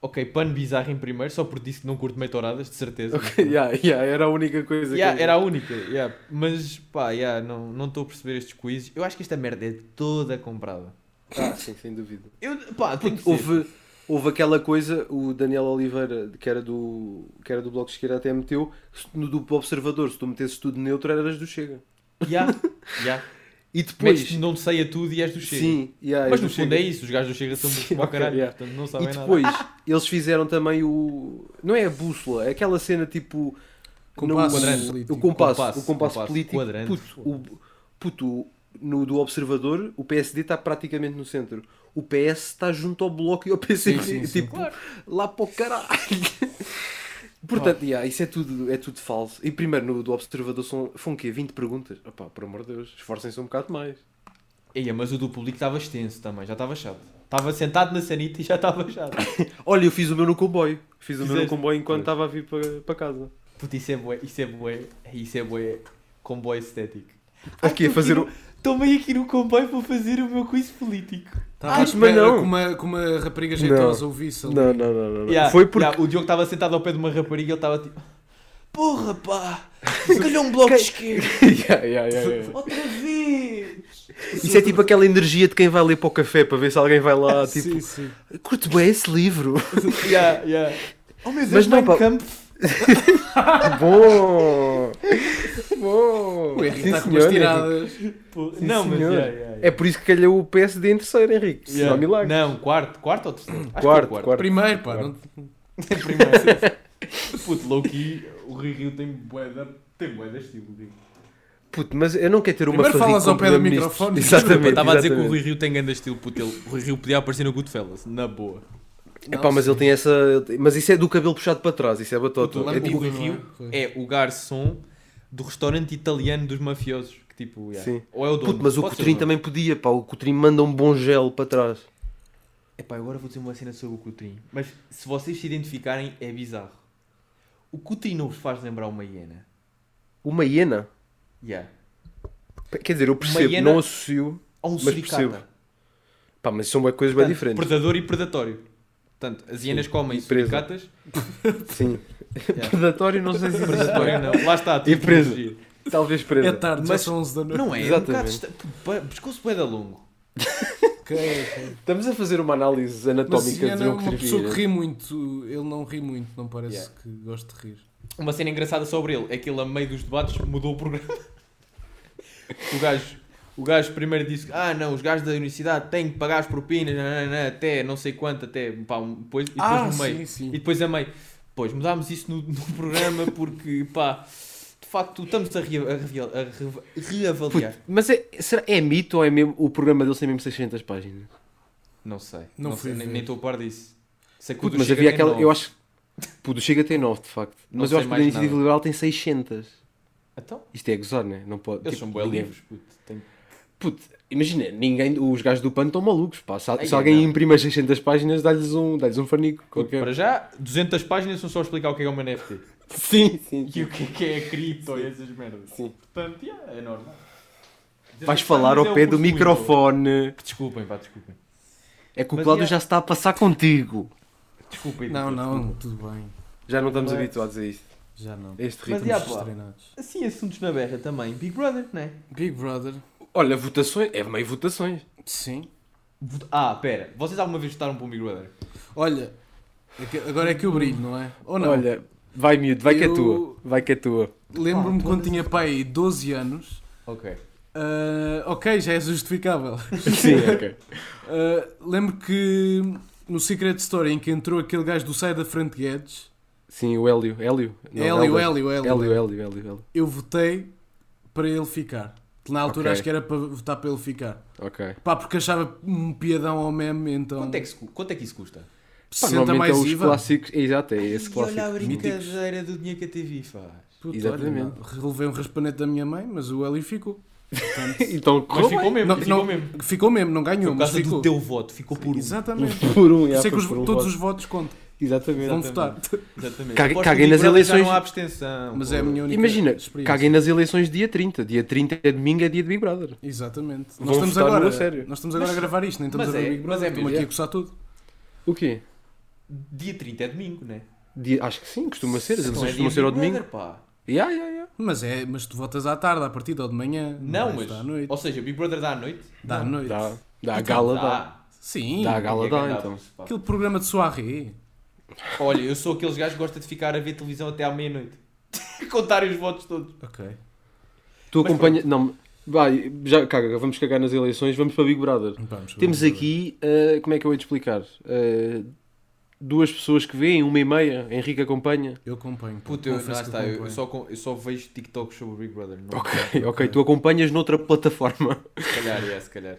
C: Ok, PAN bizarro em primeiro, só porque disse que não curto meitoradas, de certeza.
A: Yeah, yeah, era a única coisa
C: Yeah,
A: que eu-
C: era a única, yeah. mas pá, yeah, não não estou a perceber estes quizzes. Eu acho que esta merda é toda comprada.
A: Ah, sim, sem dúvida.
C: Eu, pá, tem que ser.
A: Houve, houve aquela coisa, o Daniel Oliveira, que era do, que era do Bloco de Esquerda, até meteu, se no do Observador, se tu metesses tudo neutro, eras do Chega.
C: Yeah, yeah.
A: E
C: Metes
A: depois...
C: não sei a tudo e és do Chega.
A: Sim, yeah,
C: mas
A: eu
C: no
A: do
C: fundo
A: Chega.
C: é isso, os gajos do Chega são muito
A: Sim,
C: mau
A: ok,
C: caralho,
A: yeah.
C: portanto não
A: E
C: sabem
A: depois,
C: nada.
A: eles fizeram também o... Não é a bússola, é aquela cena tipo...
B: Compasso
A: não-
B: quadrante.
A: o compasso,
C: Compasso,
A: o compasso,
C: compasso,
A: político.
C: quadrante.
A: Puto, o, puto, no do Observador, o PSD está praticamente no centro. O PS está junto ao Bloco e ao PCP.
B: Sim, sim, sim.
A: tipo, lá para o caralho. Portanto, yeah, isso é tudo, é tudo falso. E primeiro, no do Observador, são, foram o quê? 20 perguntas? Opá, por amor de Deus, esforcem-se um bocado mais.
C: Eia, mas o do público estava extenso também, já estava chato. Estava sentado na sanita e já estava chato.
A: Olha, eu fiz o meu no comboio. Fiz o meu no
C: Fizeste?
A: comboio enquanto
C: Pois.
A: estava a vir para, para casa.
C: Puta, isso é bué, isso é bué, isso é bué, comboio estético.
A: Aqui a fazer o.
C: Tomei aqui no comboio para fazer o meu quiz político.
B: Estava à
A: Tá mas
B: espera
A: não.
B: que uma, que uma rapariga jeitosa ouvisse ali.
A: Não, não, não, não. não.
C: Yeah,
A: Foi porque.
C: yeah, o Diogo estava sentado ao pé de uma rapariga e ele estava tipo: Porra, pá, calhou um bloco de esquerda
A: Yeah, yeah, yeah, yeah.
C: outra vez.
A: Isso é tipo aquela energia de quem vai ler para o café para ver se alguém vai lá, tipo,
B: Sim, sim.
A: curto bem esse livro.
C: yeah, yeah. Oh meu
A: Mas
C: Deus,
A: não,
C: Mein
A: pá.
C: Kampf.
A: Bom! tá Bom!
B: O Henrique está tá com
A: é
B: umas tiradas.
C: Pô,
A: Sim,
C: não, mas
A: senhor.
C: yeah, yeah,
A: É por isso que calhou o PSD em terceiro, Henrique.
C: yeah.
A: Isso não é um milagre.
C: Não, quarto, quarto ou terceiro? Acho que foi
A: Quarto,
C: quarto. É
A: quarto.
B: Primeiro, pá. não-
C: Primeiro. Puto, low-key, o Rui Rio tem boeda, tem boeda estilo. digo.
A: Puto, mas eu não quero ter uma
B: Primeiro
A: farrica
B: falas
A: com
B: ao pé do
A: primeiro-ministro.
B: microfone.
A: Exatamente.
C: Eu estava a dizer que o Rui
A: exatamente.
C: Rio tem grande estilo, puto. ele- O Rui Rio podia aparecer no Goodfellas, na boa.
A: Epá, mas ele tem essa. ele tem- Mas isso é do cabelo puxado para trás, isso é
C: Puto,
A: batota.
C: o
A: É tipo-
B: lambido.
C: Rui
B: não é?
C: Rio
B: Foi.
C: é o garçom do restaurante italiano dos mafiosos. Que tipo, yeah.
A: Sim.
C: ou é o dono.
A: Puto, mas o
C: Pode ser
A: Coutrinho
C: dono.
A: também podia, pá. O Coutrinho manda um bom gel para trás.
C: Epá, agora vou dizer uma cena sobre o Coutrinho. Mas se vocês se identificarem, é bizarro. O Coutrinho não vos faz lembrar uma hiena.
A: Uma hiena?
C: Yeah.
A: Quer dizer, eu percebo,
C: hiena-
A: não associo.
C: Ou um
A: Mas percebo. É
C: suricata.
A: Pá, mas são bué coisas bem
C: Portanto,
A: diferentes.
C: Predador e predatório. Portanto, as hienas comem
A: e presa.
C: suricatas.
A: Sim.
C: Yeah.
A: Predatório, não sei se
C: Predatório não. Lá está.
A: E presa.
C: tipologia.
A: Talvez
B: É
A: presa.
B: tarde, já
C: Mas-
B: são 11 da noite.
C: Não é?
A: Exatamente.
C: Um bocado esta- Pá, Pescoço bué da longo.
B: Ok, ok.
A: Estamos a fazer uma análise
B: Mas
A: anatómica
B: Ciano
A: de
B: é
A: um
B: uma
A: que
B: pessoa que
A: trivia.
B: ri muito. Ele não ri muito, não parece
C: Yeah.
B: que gosta de rir.
C: Uma cena engraçada sobre ele é que ele, a meio dos debates, mudou o programa. O gajo, o gajo primeiro disse: Ah, não, os gajos da universidade têm que pagar as propinas nananã, até não sei quanto, até pá, um- depois, e depois
B: Ah,
C: no meio.
B: sim, sim.
C: E depois a meio, pois mudámos isso no, no programa porque pá, de facto estamos a, rea- a revia- a reva- reavaliar.
A: Puto, mas é, será, é mito ou é mesmo o programa deles tem mesmo 600 páginas?
C: Não sei,
B: Não
C: não,
B: fui
C: sei, nem
B: ver.
C: nem estou a par disso. Sei que o
A: Puto,
C: do
A: mas
C: Chega
A: havia
C: tem
A: aquela.
C: nove.
A: Eu acho. Puto, o chega tem 9 de facto.
C: Não
A: mas
C: sei
A: eu acho que o
C: mais
A: da Iniciativa
C: nada.
A: Liberal tem 600.
C: Então,
A: Isto é a gozar, né? Não pode.
C: eles
A: tipo,
C: são bué
A: ninguém-
C: livres, puto. Tem-
A: Puto, imagina, ninguém, os gajos do PAN estão malucos. Pá. Se,
C: Ai,
A: se alguém
C: não.
A: imprime as 600 páginas, dá-lhes um, dá um fanico.
C: Puto,
A: Qualquer.
C: Para já, 200 páginas são só a explicar o que é uma NFT.
A: Sim, sim.
C: E o que é que é a cripto e essas merdas.
A: Sim.
C: Portanto, yeah, é normal. é
A: Vais falar
B: é
A: ao pé do microfone.
C: Desculpem, pá, desculpem.
A: É que o
C: Mas
A: Cláudio
C: é-
A: já se está a passar contigo.
C: Desculpem.
B: Não,
C: doutor,
B: não,
C: desculpem.
B: tudo bem.
A: Já não estamos
C: Mas-
A: habituados a isto.
B: Já não.
A: a Este
C: Mas
A: ritmo.
C: já,
B: Estamos
C: pá.
B: treinados.
C: Assim, assuntos na berra também. Big Brother, não é?
B: Big Brother,
A: Olha, votações. É meio votações.
B: sim.
C: Vota- Ah, pera. Vocês alguma vez votaram para um Big Brother?
B: Olha, é que- agora é que eu brilho, não é? Ou não?
A: Olha, vai miúdo, vai que é
B: Eu-
A: tua. Vai que é tua.
B: Lembro-me
C: Pá,
B: quando
C: todas
B: tinha pai 12 anos.
C: Ok.
A: Então-
B: Ah, ok, já é justificável.
A: Sim, ok.
B: Ah, lembro que no Secret Story em que entrou aquele gajo do Sai da Frente Guedes,
A: Sim, o Hélio. Hélio? Não,
B: Hélio,
A: Helder.
B: Hélio, Hélio,
A: Hélio, Hélio, Hélio, Hélio.
B: eu votei para ele ficar. Na altura
A: Ok.
B: acho que era para votar para ele ficar.
A: Ok.
B: Pá, porque achava um piadão ao meme, então.
C: Quanto é que, se cu- quanto é que isso custa?
A: Pá,
B: 60
A: normalmente é
B: mais
A: os
B: IVA?
A: clássicos. é, Exato, é esse
C: e olha a
A: clássico. Míticos.
C: brincadeira do dinheiro que a TV faz.
B: Puta,
A: Exatamente.
B: olha, relevei um raspanete da minha mãe, mas o Hélio ficou. Portanto,
A: Então,
C: Mas
A: correu
C: ficou mesmo,
B: Não,
C: ficou
B: não-
C: mesmo.
B: ficou mesmo, não ganhou,
C: Por
B: mas
C: causa
B: ficou.
C: do teu voto, ficou por um.
B: Exatamente.
A: bem. por um,
B: Eu
A: já,
B: sei que
A: foi
B: os-
A: por um
B: todos
A: voto.
B: os votos contam.
A: Exatamente.
B: Vão votar.
C: Exatamente. Então, Exatamente.
A: Cague-
C: Aposto que
A: caguem
C: o
A: nas
C: Big Brother já
A: eleições.
C: Não há abstenção.
B: Mas
C: pô.
B: é a minha única
A: Imagina,
B: experiência.
A: caguem nas eleições dia 30. Dia 30 é domingo, é dia de Big Brother.
B: Exatamente.
A: Vão
B: Nós estamos,
A: votar no
B: agora,
A: a sério.
B: nós estamos agora a gravar isto, nem estamos
C: mas
B: a ver
C: é-
B: o Big
C: mas
B: Brother.
C: é
B: Estamos
C: mesmo,
B: aqui
C: é.
B: a coçar tudo.
A: O quê?
C: Dia 30 é domingo, né?
A: Dia- acho que sim, costuma ser. As
C: Então
A: eleições
C: é
A: costumam
C: dia
A: ser ao
C: Big
A: domingo.
C: Brother, pá.
A: Ya, ya, ya.
B: Mas, é, mas tu votas à tarde, à partida, ou de manhã.
C: Não,
B: vais
C: mas.
B: À noite.
C: Ou seja, Big Brother dá à noite?
B: Dá à noite.
A: Dá, dá a
C: Então
A: gala, dá.
B: Sim.
A: Dá a gala,
C: É que
A: dá,
C: andava,
A: então.
C: pá.
B: Aquele programa de soirée.
C: Olha, eu sou aqueles gajos que gosta de ficar a ver televisão até à meia-noite. Contarem os votos todos.
B: Ok.
A: Tu
C: Mas
A: acompanha. Não, vai, já caga, vamos cagar nas eleições, vamos para Big Brother.
B: Vamos,
A: Temos
B: vamos
A: aqui, ah, como é que eu hei de explicar? Ah, duas pessoas que vêem, uma e meia, Henrique acompanha.
B: ver. Eu acompanho. pá.
C: Puta, eu,
B: Confesso
C: lá
B: que
C: está, eu, eu
B: acompanho.
C: só, com- eu só vejo TikToks sobre o Big Brother. Não,
A: Ok, ok, tu acompanhas noutra plataforma.
C: Se calhar, é, se calhar.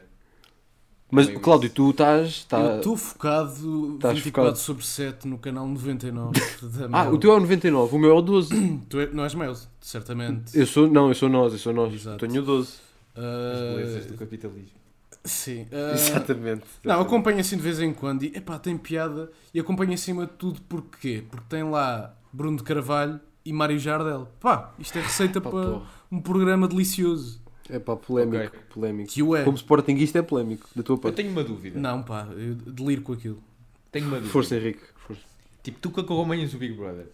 A: Mas,
C: Bem,
A: Cláudio, tu estás. tá-
B: Eu estou focado
A: Estás
B: 24
A: focado.
B: sobre 7 no canal 99 da
A: Ah,
B: Mel.
A: o teu é o 99, o meu é o 12.
B: Tu é- não és meu, certamente.
A: Eu sou, não, eu sou nós, eu sou nós.
B: Exato.
A: Eu tenho o 12.
C: As
B: Ah,
C: belezas do capitalismo.
B: sim. ah,
A: Exatamente.
B: não, acompanho assim de vez em quando e epá, tem piada. E acompanho acima de tudo porquê? Porque tem lá Bruno de Carvalho e Mário Jardel. Pá, isto é receita
A: Pá,
B: para
A: porra.
B: um programa delicioso.
A: É pá, polémico,
C: Ok.
A: polémico.
B: Que o é.
A: Como Sportingista é polémico, da tua
C: Eu
A: parte.
C: tenho uma dúvida.
B: Não, pá, eu deliro com aquilo.
C: Tenho uma dúvida.
A: Força, Henrique. Força.
C: Tipo, tu que acompanhas o Big Brother.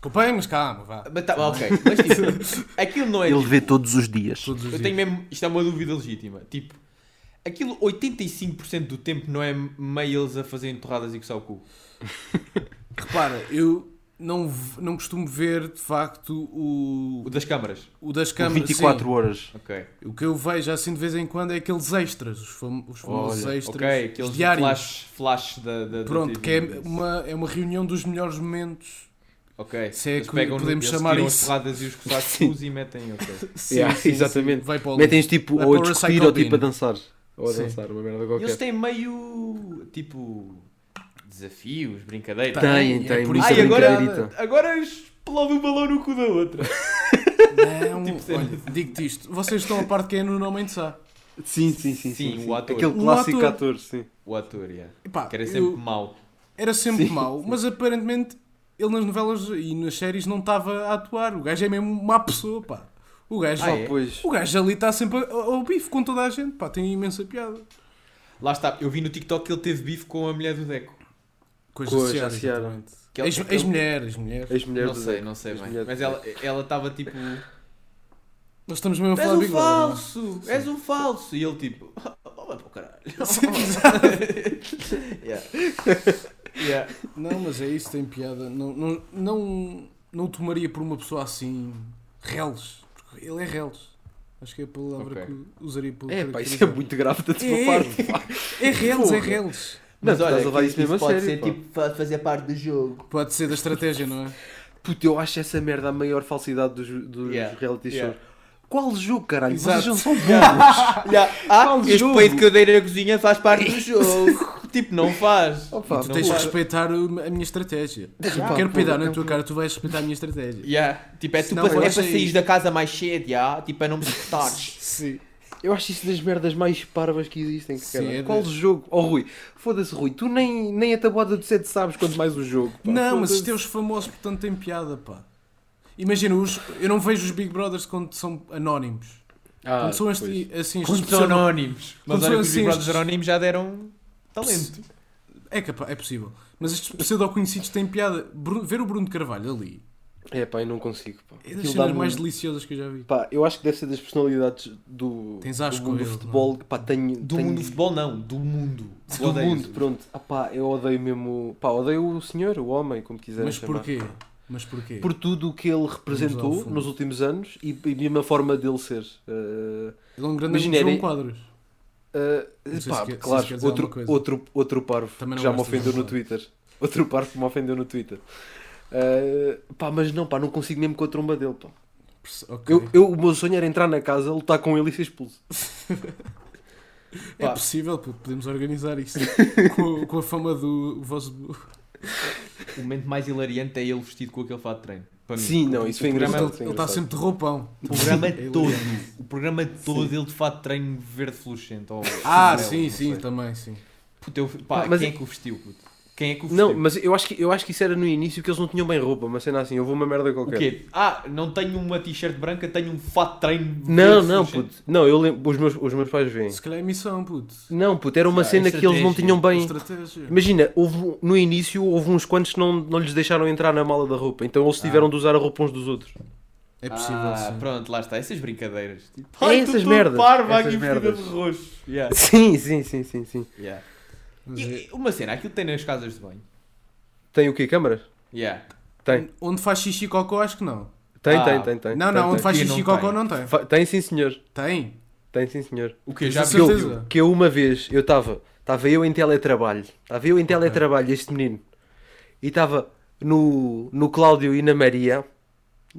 B: Acompanho, mas calma, vá.
C: Mas tá, ok, mas tipo, aquilo não é. tipo,
A: todos os dias.
B: Todos os
C: Eu
B: dias.
C: tenho mesmo. Isto é uma dúvida legítima. Tipo, aquilo 85% do tempo não é meio eles a fazerem torradas e coçar o cu.
B: Repara, eu não, v- não costumo ver de facto o,
C: O das câmaras.
B: o das câmaras.
A: 24
B: sim.
A: horas.
C: Ok.
B: O que eu vejo assim de vez em quando é aqueles extras, os, fam- os famosos
A: Olha,
B: extras
C: Ok,
B: os
C: aqueles
B: diários.
C: flash, flash da, da- da
B: Pronto,
C: TV,
B: que é
C: isso.
B: uma, é uma reunião dos melhores momentos.
C: Ok,
B: Se é
C: eles
B: que
C: pegam no-
B: podemos
C: eles
B: chamar
C: tiram
B: isso.
C: as porradas e os coçados
A: Sim.
C: cruz e metem. ok.
B: Sim,
A: Yeah,
B: sim, sim.
A: exatamente.
B: Vai para o
A: Metem-nos tipo
B: Vai
A: ou a
B: para o
A: discutir ou
B: recycle
A: tipo a
B: bin.
A: dançar. Ou a
B: Sim.
A: dançar, uma merda qualquer.
C: Eles têm meio. tipo. desafios, brincadeiras.
B: Tá.
A: Têm,
B: É
A: têm.
B: por
A: muita
B: isso
C: Ai, agora,
A: brincadeirita.
C: agora explode um balão no cu da outra.
B: Não,
C: Tipo cenas.
B: olha, digo-te isto. Vocês estão a parte que é no Não Mente Sá.
A: Sim, sim, sim.
C: Sim, o ator.
A: Aquele
B: O
A: clássico
B: ator. é
A: ator, sim.
C: O ator, yeah.
B: Epá,
C: que era
B: eu-
C: sempre mau.
B: era sempre
A: Sim,
B: mau, mas aparentemente ele nas novelas e nas séries não estava a atuar. O gajo é mesmo uma pessoa, pá. O gajo,
C: Ah, é?
A: Pois.
B: o gajo ali está sempre a- ao bife com toda a gente, pá. Tem imensa piada.
C: Lá está, eu vi no TikTok que ele teve bife com a mulher do Deco.
B: Coisa
A: Coisa
B: Coisa
A: social.
B: exatamente.
C: Que ele-
B: Ex-
C: que ele-
B: Ex-mulher, ex-mulher.
A: Ex-mulher
C: não
A: do
C: sei,
A: Zeca.
C: não sei bem.
A: Ex-mulher do
C: Mas
A: Zeca.
C: ela ela estava tipo.
B: Nós estamos mesmo a
C: És
B: falar
C: um
B: Big Brother, não é?
C: falso! És um falso! E ele tipo. Oh, vai para o caralho. yeah. Yeah.
B: Não, mas é isso, tem piada. Não, não, não, não o tomaria por uma pessoa assim. Reles. Porque ele é reles. Acho que é a palavra
C: Ok.
B: que usaria para.
A: É, pá, isso é muito grave da tua
B: É.
A: parte. pá.
B: É reles, é
A: Porra. Mas
B: reles.
C: Mas
A: tu
C: olha,
A: estás a levar
C: que
A: isso mesmo a
C: pode
A: sério,
C: ser
A: pá.
C: tipo fa- fazer parte do jogo.
B: Pode ser da estratégia, não é?
A: Puto, eu acho essa merda a maior falsidade dos, dos
C: Yeah.
A: reality shows.
C: Yeah.
A: Qual jogo, caralho?
B: Exato.
A: Vocês não são burros.
C: Ah,
A: Qual
C: este
A: jogo?
C: peito que eu dei na cozinha faz parte do jogo. tipo, não faz.
A: Opa,
B: tu
A: não
B: tens
A: faz.
B: que respeitar o- a minha estratégia.
A: Epá,
B: Eu quero
A: pô,
B: peidar
A: é
B: na
A: um
B: tua cara, tu vais respeitar a minha estratégia.
C: Yeah. Tipo, é, tu
B: Senão
C: pa- é
B: eu
C: para
B: acho
C: sair
B: isso.
C: da casa mais cedo, yeah? tipo, é não me escutares.
B: Sim.
A: Eu acho isso das merdas mais parvas que existem.
B: Sim,
A: caralho.
B: é de-
A: Qual jogo? Oh, Rui, foda-se, Rui, tu nem, nem a tabuada do 7 sabes quanto mais o jogo. pá.
B: Não, mas
A: Foda-se.
B: isto é os famosos, portanto tem piada, pá. Imagina, os, eu não vejo os Big Brothers quando são anónimos.
A: Ah,
B: quando são
A: pois.
B: esti- assim,
C: Quando são
B: especialmente-
C: anónimos. Mas
B: Quando
C: olha que
B: são
C: os Big
B: assim,
C: Brothers
B: estes-
C: anónimos já deram talento.
B: É, capaz, é possível. Mas estes pseudo-conhecidos têm piada. Bru- ver o Bruno de Carvalho ali
A: É pá, eu não consigo. Pá.
B: É das
A: Aquilo
B: cenas
A: dá-me- um
B: mais deliciosas que eu já vi.
A: Pá, eu acho que deve ser das personalidades do,
B: Tens
A: do
B: asco
A: mundo
B: a
A: do
B: ele, é?
A: futebol. Pá, tenho,
C: Do
A: tenho-
C: mundo do futebol, não. Do mundo.
A: Do
C: Odeio
A: mundo,
C: isso.
A: pronto. Ah pá, eu odeio mesmo. Pá, odeio o senhor, o homem, como quiserem
B: Mas
A: chamar.
B: porquê? Mas porquê?
A: Por tudo o que ele
B: Vamos ao
A: representou
B: fundo.
A: nos últimos anos e, e mesmo a forma dele ser. Eh,
B: Ele é um grande amigo
A: Imagina,
B: de João
A: era-
B: Quadros.
A: eh,
B: Não sei se
A: pá,
B: quer- se
A: claro,
B: isso quer dizer
A: outro,
B: alguma coisa.
A: outro, outro parvo que
B: Também não
A: já me
B: gosto de
A: ofendeu no
B: João
A: Twitter. Outro parvo que me ofendeu no Twitter. Eh, pá, mas não, pá, não consigo mesmo com a tromba dele, pá.
B: Perce- ok.
A: Eu, eu- o meu sonho era entrar na casa, lutar com ele e ser expulso.
B: É
C: Pá.
B: possível, puto, podemos organizar isso com, com a fama do vosso.
C: O momento mais hilariante é ele vestido com aquele fato de treino. Para mim.
A: Sim, não, isso foi
C: O
B: Ele
C: programa-
A: engraçado. foi
B: está
A: engraçado.
B: sempre de roupão.
C: O programa
B: É
C: todo.
B: hilariante.
C: O programa é todo ele de fato de treino verde fluorescente. ou
B: Ah,
C: amarelo,
B: sim,
C: não
B: sim,
C: sei.
B: também, sim.
C: Puto, eu- pá,
A: Ah, mas
C: quem
A: é-
C: é que o vestiu, puto? Quem é que o vestiu?
A: Não, mas eu acho, que, eu acho que isso era no início que eles não tinham bem roupa, mas cena assim, eu vou uma merda
C: O
A: qualquer.
C: quê? Ah, não tenho uma t-shirt branca, tenho um fato de treino verde
A: Não, não,
C: fluorescente.
A: puto. Não, eu lembro, os meus, os meus pais veem.
B: Se calhar é missão, puto.
A: Não, puto, era uma
C: Ah,
A: cena que eles não
C: estratégia,
A: tinham bem.
B: Estratégia.
A: Imagina, houve, um, no início houve uns quantos que não, não lhes deixaram entrar na mala da roupa, então eles tiveram de usar a roupa uns dos outros.
B: É possível,
C: Ah,
B: sim.
C: pronto, lá está. Essas brincadeiras. Tipo,
A: É
C: ai, tu
A: essas
C: todo
A: merdas,
C: Parva
A: essas
C: aqui vestida
A: merdas.
C: de roxo. Yeah,
A: Sim, sim, sim, sim, sim.
C: yeah.
A: Ah,
B: Mas é-
C: E, e uma cena, aquilo tem nas casas de banho.
A: Tem o quê? Câmaras?
C: Yeah.
A: Tem.
B: Onde faz xixi e cocô, acho que não.
A: Tem,
C: Ah.
A: tem, tem, tem.
B: não,
A: tem,
B: não,
A: tem.
B: onde faz
C: Aqui
B: xixi e
C: não
B: cocô
C: tem.
B: não tem.
A: Fa- Tem sim, senhor.
B: Tem.
A: Tem sim, senhor.
C: O que
B: Tens
C: já
B: a
C: viu?
B: certeza?
A: Que eu uma vez, eu estava, estava eu em teletrabalho, estava eu em teletrabalho, este menino, e estava no, no Cláudio e na Maria,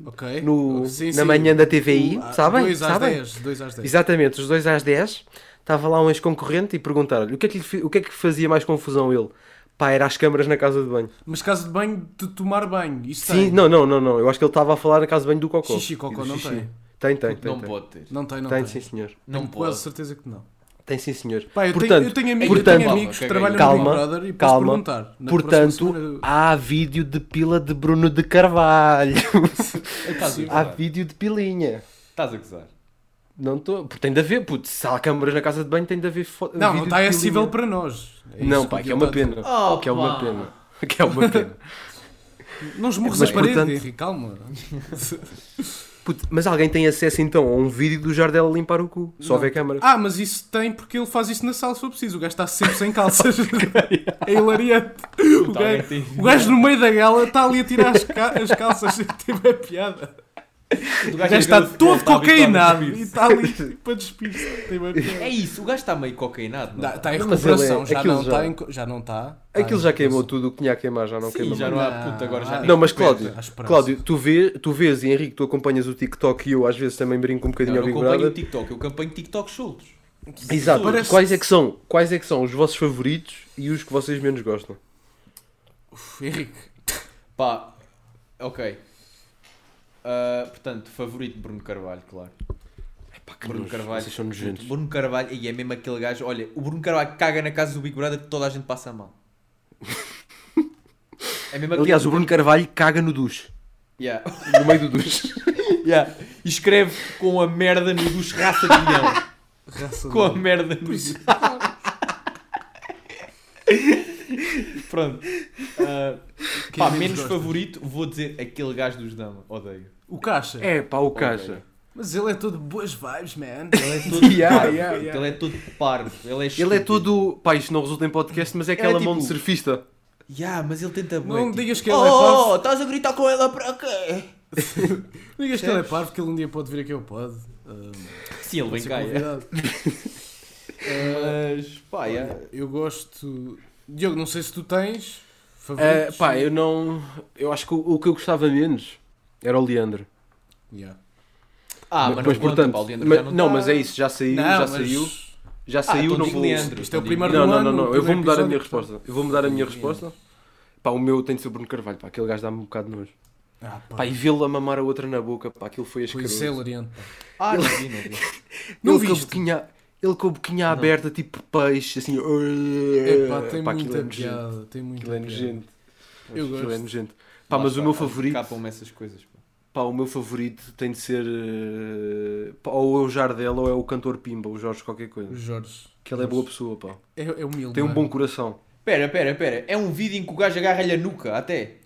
B: Ok.
A: no,
B: Sim,
A: na
B: sim.
A: manhã da TVI,
B: Ah,
A: sabem?
B: Dois às
A: sabem?
B: 10. dois às 10.
A: Exatamente, os dois às 10, estava lá um ex-concorrente e perguntaram-lhe o que, é que lhe fi- o que é que fazia mais confusão ele? Pá, era as câmaras na casa de banho.
B: Mas casa de banho, de tomar banho. Isso
A: Sim,
B: tem.
A: não, não, não, não, eu acho que ele estava a falar na casa de banho do Cocó.
B: Xixi e cocô
A: Do
B: não
A: xixi.
B: tem.
A: Tem, tem, tem.
C: Não
A: tem.
C: pode ter.
B: Não tem, não
A: Tem,
B: tem.
A: sim, senhor.
C: Não
B: Tenho quase
C: pode.
B: certeza que não.
A: Tem, sim, senhor.
B: Pá, eu,
A: portanto,
B: tenho, eu, tenho amigos, eu
A: portanto,
B: tenho amigos que
C: ok,
B: trabalham
A: calma,
B: no Big Brother e posso
A: calma.
B: perguntar. Na próxima
A: portanto,
B: semana-
A: há vídeo de pila de Bruno de Carvalho.
C: Estás a
A: Há
C: gozar.
A: vídeo de pilinha.
C: Estás a gozar.
A: Não estou. Porque tem de haver, puto. Se há câmaras na casa de banho, tem de haver foto.
B: Não, não
A: vídeo
B: está
A: de pilinha.
B: acessível para nós. É
A: não,
B: isso
A: pá,
B: eu
A: que é uma
B: estou a dizer.
A: pena.
C: Oh,
A: que é uma
C: pá.
A: pena. Que é uma pena.
B: Não esmurres
A: Mas,
B: a parede,
A: portanto-
B: Henrique, calma.
A: Puto, mas alguém tem acesso então a um vídeo do Jardel a limpar o cu. Só
B: Não.
A: vê a câmara.
B: Ah, mas isso tem porque ele faz isso na sala se for preciso. O gajo está sempre sem calças. é hilariante. O
C: Puta, alguém
B: gajo,
C: tem-
B: o gajo no meio da gala está ali a tirar as, ca- as calças. Teve a piada.
C: O
B: O gajo assim, "É, está todo cocainado e está ali para despir-se. Teve a
C: É
B: piada.
C: isso, o gajo está meio cocainado. não?
B: Está tá em
A: Não, mas ele é-
B: recuperação, já
A: aquilo
B: não está.
A: já-
B: em co- Já não tá. está. Está
A: Aquilo
B: em
A: já queimou
B: recuperação.
A: tudo o que tinha a queimar, já não
C: Sim,
A: queima
C: já
A: mais.
C: não há puto, agora já
B: Não,
A: Não,
C: nem
A: mas
C: recupera.
A: Cláudio,
B: há esperança.
A: Cláudio tu, vê, tu vês e Henrique, tu acompanhas o TikTok e eu às vezes também brinco um
C: Não,
A: bocadinho
C: eu
A: ao Big
C: acompanho
A: Brother.
C: o TikTok, eu acompanho TikTok soltos.
A: Exato.
B: Parece-
A: Quais, é que são, quais é que são os vossos favoritos e os que vocês menos gostam?
B: Uf, Henrique,
C: Pá, ok. Ah, portanto, favorito Bruno Carvalho, claro. Bruno Carvalho.
A: Vocês são nojentos.
C: Bruno Carvalho, e é mesmo aquele gajo. Olha, o Bruno Carvalho caga na casa do Big Brother que toda a gente passa mal. É mesmo aquele.
A: Aliás, o Bruno Carvalho caga no duche.
C: Yeah.
A: No meio do duche.
C: Yeah. E escreve com a merda no dos raça de milhão.
B: raça
C: com a
B: de-
C: merda no Pronto. Ah,
B: Quem
C: pá,
B: menos
C: menos
B: gosta?
C: favorito, vou dizer aquele gajo dos Dama. Odeio.
B: O caixa.
A: É pá, o caixa.
B: Mas ele é todo boas vibes, man.
C: Ele é todo
A: Yeah,
C: parvo.
B: yeah, yeah.
C: Ele é todo parvo. Ele é,
A: Ele é
C: estúpido.
A: todo. Pá, isto não resulta em podcast, mas é aquela mão
C: tipo-
A: de surfista.
C: Yeah, mas ele tenta
B: Não
C: bué,
B: me digas que
C: oh,
B: ele é parvo.
C: oh, estás a gritar com ela para quê?
B: Não digas que ele é parvo, que ele um dia pode vir aqui ao pod. Um,
C: Sim,
B: pode
C: ele vem
B: ser
C: cá. é.
B: convidado.
C: Mas, pá, yeah.
B: Eu gosto. Diogo, não sei se tu tens.
A: Ah,
B: Favoritos.
A: pá, eu não. Eu acho que o, o que eu gostava menos era o Leandro.
B: Yeah.
C: Ah, mas, não conta, pá, o Leandro
A: mas-
C: já
A: não,
C: tá.
A: mas é isso, já saiu,
B: Não,
A: já
B: mas-
A: saiu, já
C: Ah,
A: saiu,
C: então
A: não
C: digo
A: vou.
C: Leandro.
B: Isto é o
C: Então
B: primeiro-
C: digo-
A: Não, não,
B: ano,
A: não,
B: no
A: não, eu vou
B: primeiro
A: mudar a minha
B: episódio,
A: resposta. Eu vou mudar a minha
B: Leandro.
A: resposta. Pá, o meu tem de ser o Bruno Carvalho, pá, aquele gajo dá-me um bocado de nojo.
B: Ah, pá.
A: Pá, e vê-lo a mamar a outra na boca, pá, aquilo foi
B: Foi isso é
A: asqueroso.
B: hilariante. pá.
C: Ah, não vi, não vi.
B: Não
A: ele, com a
B: viste?
A: boquinha, ele com a boquinha aberta, tipo peixe, assim.
B: Epá, tem
A: aquilo é
B: muita
A: nojento.
B: piada. Tem muita
A: Aquilo é
B: piada.
A: nojento.
B: Eu
A: Aquilo é
B: gosto.
A: nojento. Pá, mas
C: Lá
A: o meu
C: está,
A: favorito.
C: Escapam-me essas coisas. pá.
A: Pá, o meu favorito tem de ser. eh, pá, ou é o Jardel ou é o cantor Pimba, o Jorge qualquer
B: O
A: coisa.
B: Jorge.
A: Que ele é boa pessoa, pá.
B: É, é humilde.
A: Tem um
B: não é?
A: bom coração.
C: Pera, pera, pera. É um vídeo em que o gajo agarra-lhe a nuca, até.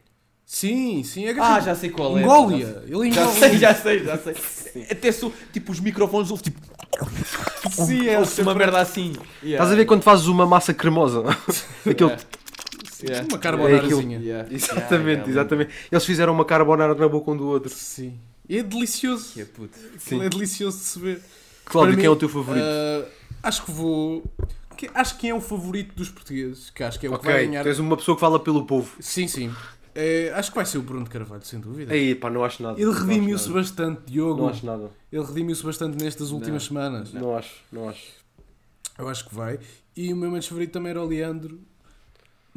B: Sim, sim, é
C: Ah,
B: gratuito.
C: já sei qual é.
B: Mongólia. Ele é
C: Já
B: Mongólia.
C: sei, já sei, já sei. Até sou, tipo, os microfones ouve, tipo,
B: Sim, é
C: ouve-se uma merda assim. Yeah.
A: Estás a ver quando fazes uma massa cremosa? Aquele...
C: Yeah.
B: tipo Uma
A: É
B: carbonarazinha.
C: Yeah.
A: Exatamente,
C: Yeah, yeah,
A: exatamente. Eles fizeram uma carbonara na boca um do outro.
B: Sim. E é delicioso.
C: Que é puto.
A: Sim.
B: É delicioso de se ver.
A: Cláudio,
B: Para
A: quem é
B: mim,
A: o teu favorito?
B: ah, acho que vou. que- acho que é o favorito dos portugueses. Que acho que é o que vai
A: ok,
B: ganhar.
A: tu és uma pessoa que fala pelo povo.
B: Sim, sim. Eh, acho que vai ser o Bruno de Carvalho, sem dúvida.
A: Aí, pá, não acho nada.
B: Ele
A: Não acho
B: redimiu-se
A: nada.
B: bastante,
A: Não
B: Diogo.
A: acho nada.
B: Ele redimiu-se bastante nestas últimas semanas.
A: Não acho, não acho.
B: Eu acho que vai. E o meu menos favorito também era o Leandro.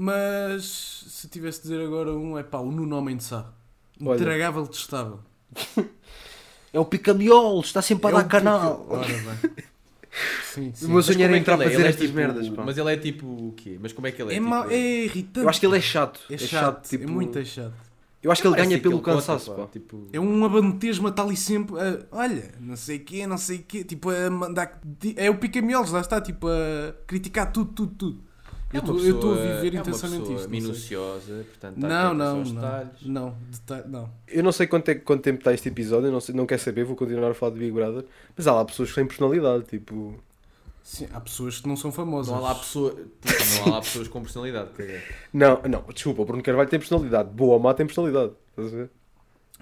B: Mas se tivesse de dizer agora um, é pá, o Nuno Homem de Sá.
A: Olha.
B: Intragável, testável.
A: É o Picamiol, está sempre
B: É o pica- Ora bem. Sim,
A: O
B: sim.
A: meu sonho
C: como
A: era
C: é que
A: entrar para
C: ele é?
A: dizer
C: Ele é
A: estas
C: tipo-
A: merdas, pá.
C: Mas ele é tipo o quê? Mas como é que ele
B: É,
C: é? tipo,
B: mau- é irritante.
A: Eu acho que ele é chato.
B: é chato,
A: tipo-
B: é muito chato.
A: Eu acho é assim que ele
C: parece
A: ganha pelo
C: assim, aquele cota,
A: cansaço, pá.
C: Tipo,
B: É um abandonismo a tal e sempre. a, olha, não sei o quê, não sei o quê. Tipo, a mandar. É o pica-miolos, lá está, tipo, a criticar tudo, tudo, tudo.
C: É
B: eu tô- eu estou a viver intensamente isto. não sei.
C: minuciosa, portanto,
B: Não, não, não. Não, deta- não.
A: Eu não sei quanto, é- quanto tempo está este episódio, eu não, sei, não quero saber, vou continuar a falar de Big Brother. Mas há lá pessoas sem personalidade, tipo.
B: Sim, há pessoas que não são famosas.
C: Não há lá pessoa- tipo, não há lá pessoas com personalidade. quer dizer.
A: Não, não, desculpa, o Bruno Carvalho tem personalidade. Boa ou má tem personalidade. Estás a ver?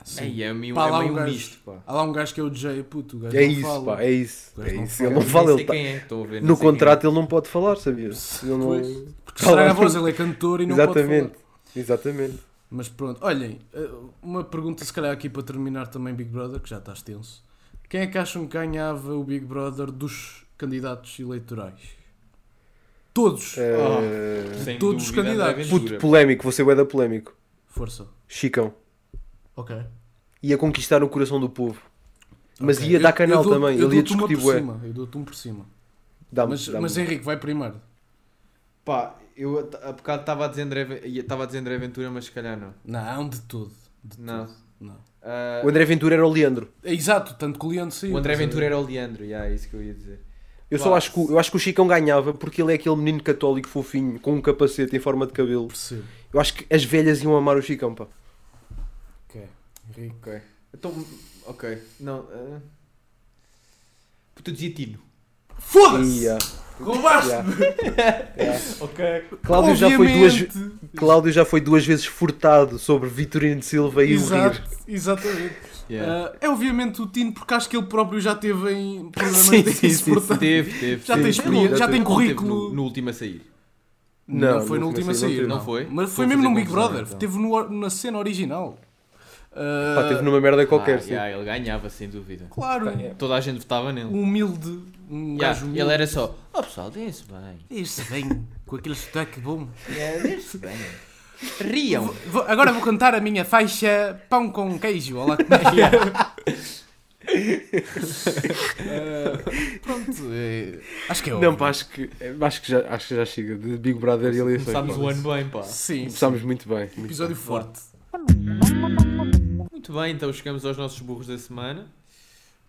B: Sim.
C: Ei, é meio,
B: Pá,
C: é
B: lá
C: meio
B: um gajo.
C: misto, pá.
B: Há lá um gajo que é o DJ, puto, o gajo
A: É
B: não
A: isso,
B: fala.
A: pá, é isso.
B: Mas
A: É
B: não
A: isso.
B: fala.
A: Ele não
C: Nem
A: fala,
C: sei
A: ele tá...
C: quem é, estou a ver, nem
A: No
C: sei quem é.
A: contrato ele não pode falar, sabias? Ele não...
B: Pois. Porque estraga a voz, ele é cantor e não pode
A: Exatamente,
B: falar.
A: exatamente.
B: Mas pronto, olhem, uh, uma pergunta se calhar aqui para terminar também Big Brother, que já estás tenso. Quem é que acham que ganhava o Big Brother dos candidatos eleitorais? Todos.
A: Eh,
C: Sem
B: Todos os
C: dúvida, André
B: candidatos.
C: Ventura.
A: Puto polémico, você é da polémico.
B: Força.
A: Chicão.
B: Ok.
A: Ia conquistar o coração do povo. Mas
B: Ok.
A: ia dar
B: Eu-
A: canal
B: eu dou-
A: também,
B: eu
A: ele ia
B: dou-te uma
A: discutir
B: por
A: bué.
B: cima, Eu dou-te um por cima.
A: Dá-me,
B: Mas,
A: dá-me. um.
B: mas é- Henrique, vai primeiro.
C: Pá, eu a- há bocado estava a dizer André, Ve- ia- estava a dizer André Ventura, mas se calhar não.
B: Não, de tudo. De
C: Não.
B: tudo. Não.
C: Ah,
A: O André Ventura era o Leandro.
B: É, Exato, tanto que o Leandro saiu.
C: o André
B: estás a ver?
C: Ventura era o Leandro, yeah, é isso que eu ia dizer.
A: Eu só
C: Vá.
A: acho que, o- eu acho que o Chicão ganhava porque ele é aquele menino católico fofinho, com um capacete em forma de cabelo.
B: Percebo.
A: Eu acho que as velhas iam amar o Chicão, pá.
B: Ok. Henrique.
C: Ok. Então, ok. Não. ah. Puto dizia Tino.
B: Foda-se!
A: Ia.
B: Roubaste!
A: Yeah.
C: Ok.
A: Cláudio, já foi duas,
B: Obviamente.
A: Cláudio já foi duas vezes furtado sobre Vitorino de Silva e o
B: Exato,
A: Rir.
B: exatamente. Ah, é obviamente o Tino, porque acho que ele próprio já teve em programas
A: Sim,
B: de
A: sim, sim,
B: exportação.
C: Teve, teve.
B: Já tem
C: teve.
B: experiência, já tem
C: Não teve
B: currículo.
C: No, no último a sair.
B: Não,
A: Não,
B: foi na
A: não
B: última a
A: sei, não
B: sair,
A: teve.
B: não.
C: Não foi?
B: Mas
C: Estou
B: foi
C: a
B: mesmo
C: fazer
B: num Big
C: confusão,
B: Brother,
C: então.
B: teve no- na cena original. Ah,
A: Pá, teve numa merda qualquer,
C: Ah,
A: sim.
C: yeah, ele ganhava, sem dúvida.
B: Eh, Claro,
C: Toda a gente votava nele.
B: um humilde, um
C: Yeah,
B: gajo humilde.
C: ele era só, oh pessoal, deem-se bem.
B: Este bem, com aquele sotaque bom.
C: Yeah, deem-se bem. Riam.
B: Vou- agora vou cantar a minha faixa Pão com Queijo. Olá, como é que é? Ah, pronto, é, acho que é
A: Não,
B: óbvio.
A: pá, acho que, eh, acho, que já, acho que já chega de Big Brother e eleições.
C: Começámos
A: pá.
C: o ano bem, pá.
B: Sim, um
A: Começámos muito bem. muito
B: episódio forte.
C: Muito bem, então chegamos aos nossos burros da semana.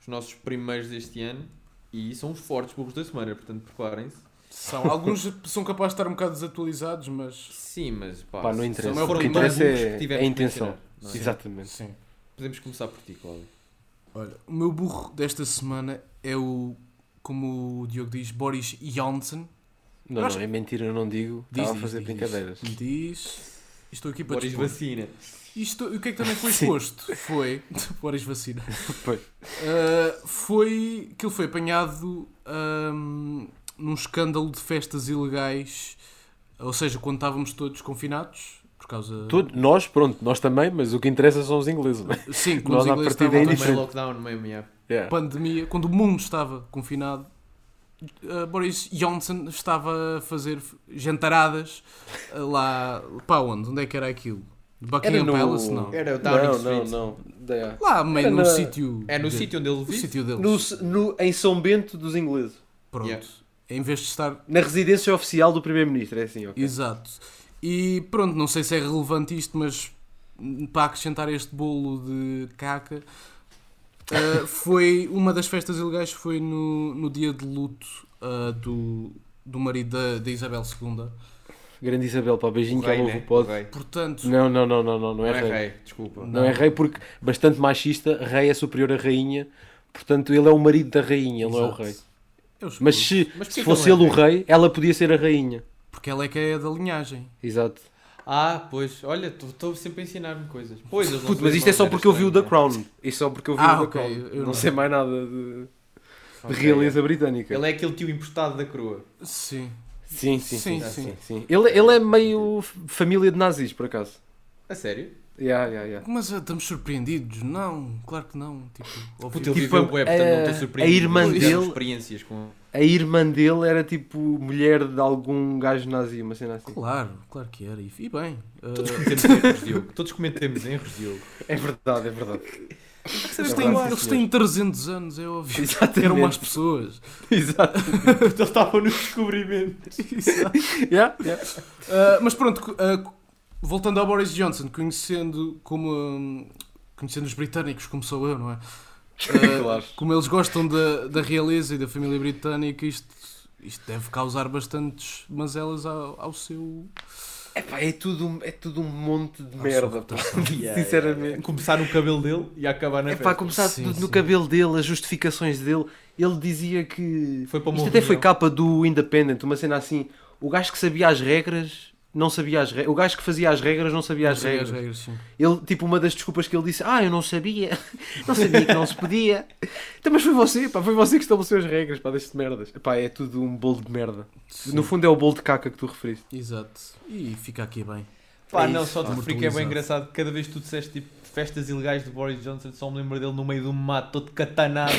C: Os nossos primeiros deste ano. E são os fortes burros da semana, portanto preparem-se.
B: São, alguns são capazes de estar um bocado desatualizados, mas.
C: Sim, mas pá,
A: Pá, não
C: se-
A: interessa.
C: se
B: O que
C: foram
B: interessa
C: dois burros
A: é-
C: que tivemos
A: é a
C: que
A: intenção.
C: mencionar, não é?
A: Exatamente.
B: Sim.
C: Podemos começar por ti, Cláudio.
B: Olha, o meu burro desta semana é o. Como o Diogo diz, Boris Johnson.
A: Não,
B: Eu acho
A: não, é mentira, eu não digo. Estava a fazer
B: diz,
A: brincadeiras.
B: Diz. diz. Estou aqui para
C: Boris
B: dispor.
A: É
C: vacina.
B: Isto, o que é que também foi
A: Sim.
B: exposto? Foi. Boris vacina.
A: Foi.
B: Uh, foi que ele foi apanhado um, num escândalo de festas ilegais. Ou seja, quando estávamos todos confinados. Por causa.
A: Tudo, nós, pronto, nós também, mas o que interessa são os ingleses. não é?
B: Sim, quando
A: Nós,
B: os
A: à
B: ingleses
A: partida,
B: estavam
A: é
B: a
A: indiferente.
B: tomar
C: Também lockdown mesmo, yeah.
A: Yeah.
B: pandemia, quando o mundo estava confinado, uh, Boris Johnson estava a fazer jantaradas uh, lá. Pá, onde? Onde é que era aquilo? Buckingham Palace? Não.
C: Era o Downing
A: Não, não,
C: Street.
A: não. Da-
B: Lá, meio
A: Era
B: num
A: na-
B: sítio.
C: É no
B: de-
C: sítio onde ele
B: O
C: vive.
B: sítio deles.
A: No, no- em São Bento dos ingleses.
B: Pronto.
C: Yeah.
B: Em vez de estar.
A: Na residência oficial do primeiro-ministro, é assim, ok?
B: Exato. E pronto, não sei se é relevante isto, mas hum, para acrescentar este bolo de caca. uh, foi uma das festas ilegais foi eh, no, no dia de luto uh, do, do marido da, da Isabel II
A: Grande Isabel, pá, beijinho que ela ouve o pod.
C: Rei.
B: Portanto,
A: Não, não, não, não, não, não
C: Não
A: é
C: é
A: rei.
C: rei, desculpa.
A: Não é rei porque, bastante machista, rei é superior a rainha, portanto ele é o marido da rainha, ele não é o
B: Exato.
A: rei.
B: eu escolho.
A: Mas se,
C: Mas porquê
A: se
C: que
A: fosse
C: ele
A: ele
C: é
A: o rei, ela podia ser a rainha.
B: Porque ela é que é da linhagem.
A: Exato.
C: Ah, pois, olha, estou sempre a ensinar-me coisas. Pois, eles não
A: Puto,
C: são
A: mas isto é
C: irmãos,
A: só
C: era
A: porque eu vi o The
C: estranho,
A: Crown. Isto é só porque eu vi
B: Ah,
A: o The
B: ok,
A: Crown.
B: eu
A: Não,
B: não.
A: sei mais nada de,
C: né?
A: de realeza britânica.
C: Ele é aquele tio emprestado da coroa.
B: Sim.
A: Sim, sim, sim.
B: Sim,
A: sim,
B: sim.
A: sim. Ele, ele é meio f- família de nazis, por acaso.
C: A sério?
A: Yeah, yeah, yeah.
B: Mas ah, estamos surpreendidos? Não, claro que não. Tipo, óbvio.
C: Puta, ele
A: Tipo,
C: viveu bué, é, portanto não
A: a-
C: estou
A: a
C: surpreendido.
A: irmã
C: Eles tiveram
A: dele-
C: experiências com...
A: A irmã dele era tipo mulher de algum gajo nazi, uma cena assim.
B: Claro, claro que era. E, e bem. ah,
C: Todos cometemos erros, Diogo. Todos cometemos erros, Diogo.
A: É verdade, é verdade.
B: eles,
A: É
B: têm,
A: verdade,
B: eles
A: sim,
B: têm 300 anos, é óbvio.
A: Exatamente.
B: Eram más pessoas.
A: Exato.
C: Eles estavam no descobrimento.
B: Exato.
A: Yeah, yeah.
B: Ah, mas pronto, co- ah, co- voltando ao Boris Johnson, conhecendo como. hum, conhecendo os britânicos, como sou eu, não é? Ah,
A: Claro.
B: Como eles gostam da, da realeza e da família britânica, isto, isto deve causar bastantes mazelas ao, ao seu.
A: Epá, é tudo, é tudo um monte de
B: à
A: merda,
B: sua
A: pá.
B: reputação.
A: Sinceramente.
C: Começar no cabelo dele e acabar na
A: É pá,
C: festa.
A: começar
B: Sim,
A: tudo no
B: sim.
A: cabelo dele, as justificações dele. Ele dizia que.
C: Foi para uma
A: Isto até foi
C: reunião.
A: capa do Independent, uma cena assim. O gajo que sabia as regras, não sabia as regras. O gajo que fazia as regras, não sabia as
B: Sim,
A: regras.
B: sim.
A: Ele, tipo, uma das desculpas que ele disse, ah, eu não sabia, não sabia que não se podia. Então, mas foi você, pá, foi você que estabeleceu as regras, pá, deste merdas. Pá, é tudo um bolo de merda.
B: Sim,
A: No fundo é o bolo de caca que tu referiste.
B: Exato. E fica aqui bem.
C: Pá,
A: É
C: não,
A: isso,
C: só te
B: pá.
C: referi que é bem
B: Mortalizado.
C: engraçado. Cada vez que tu disseste tipo festas ilegais de Boris Johnson, só me lembro dele no meio do mato, todo catanado.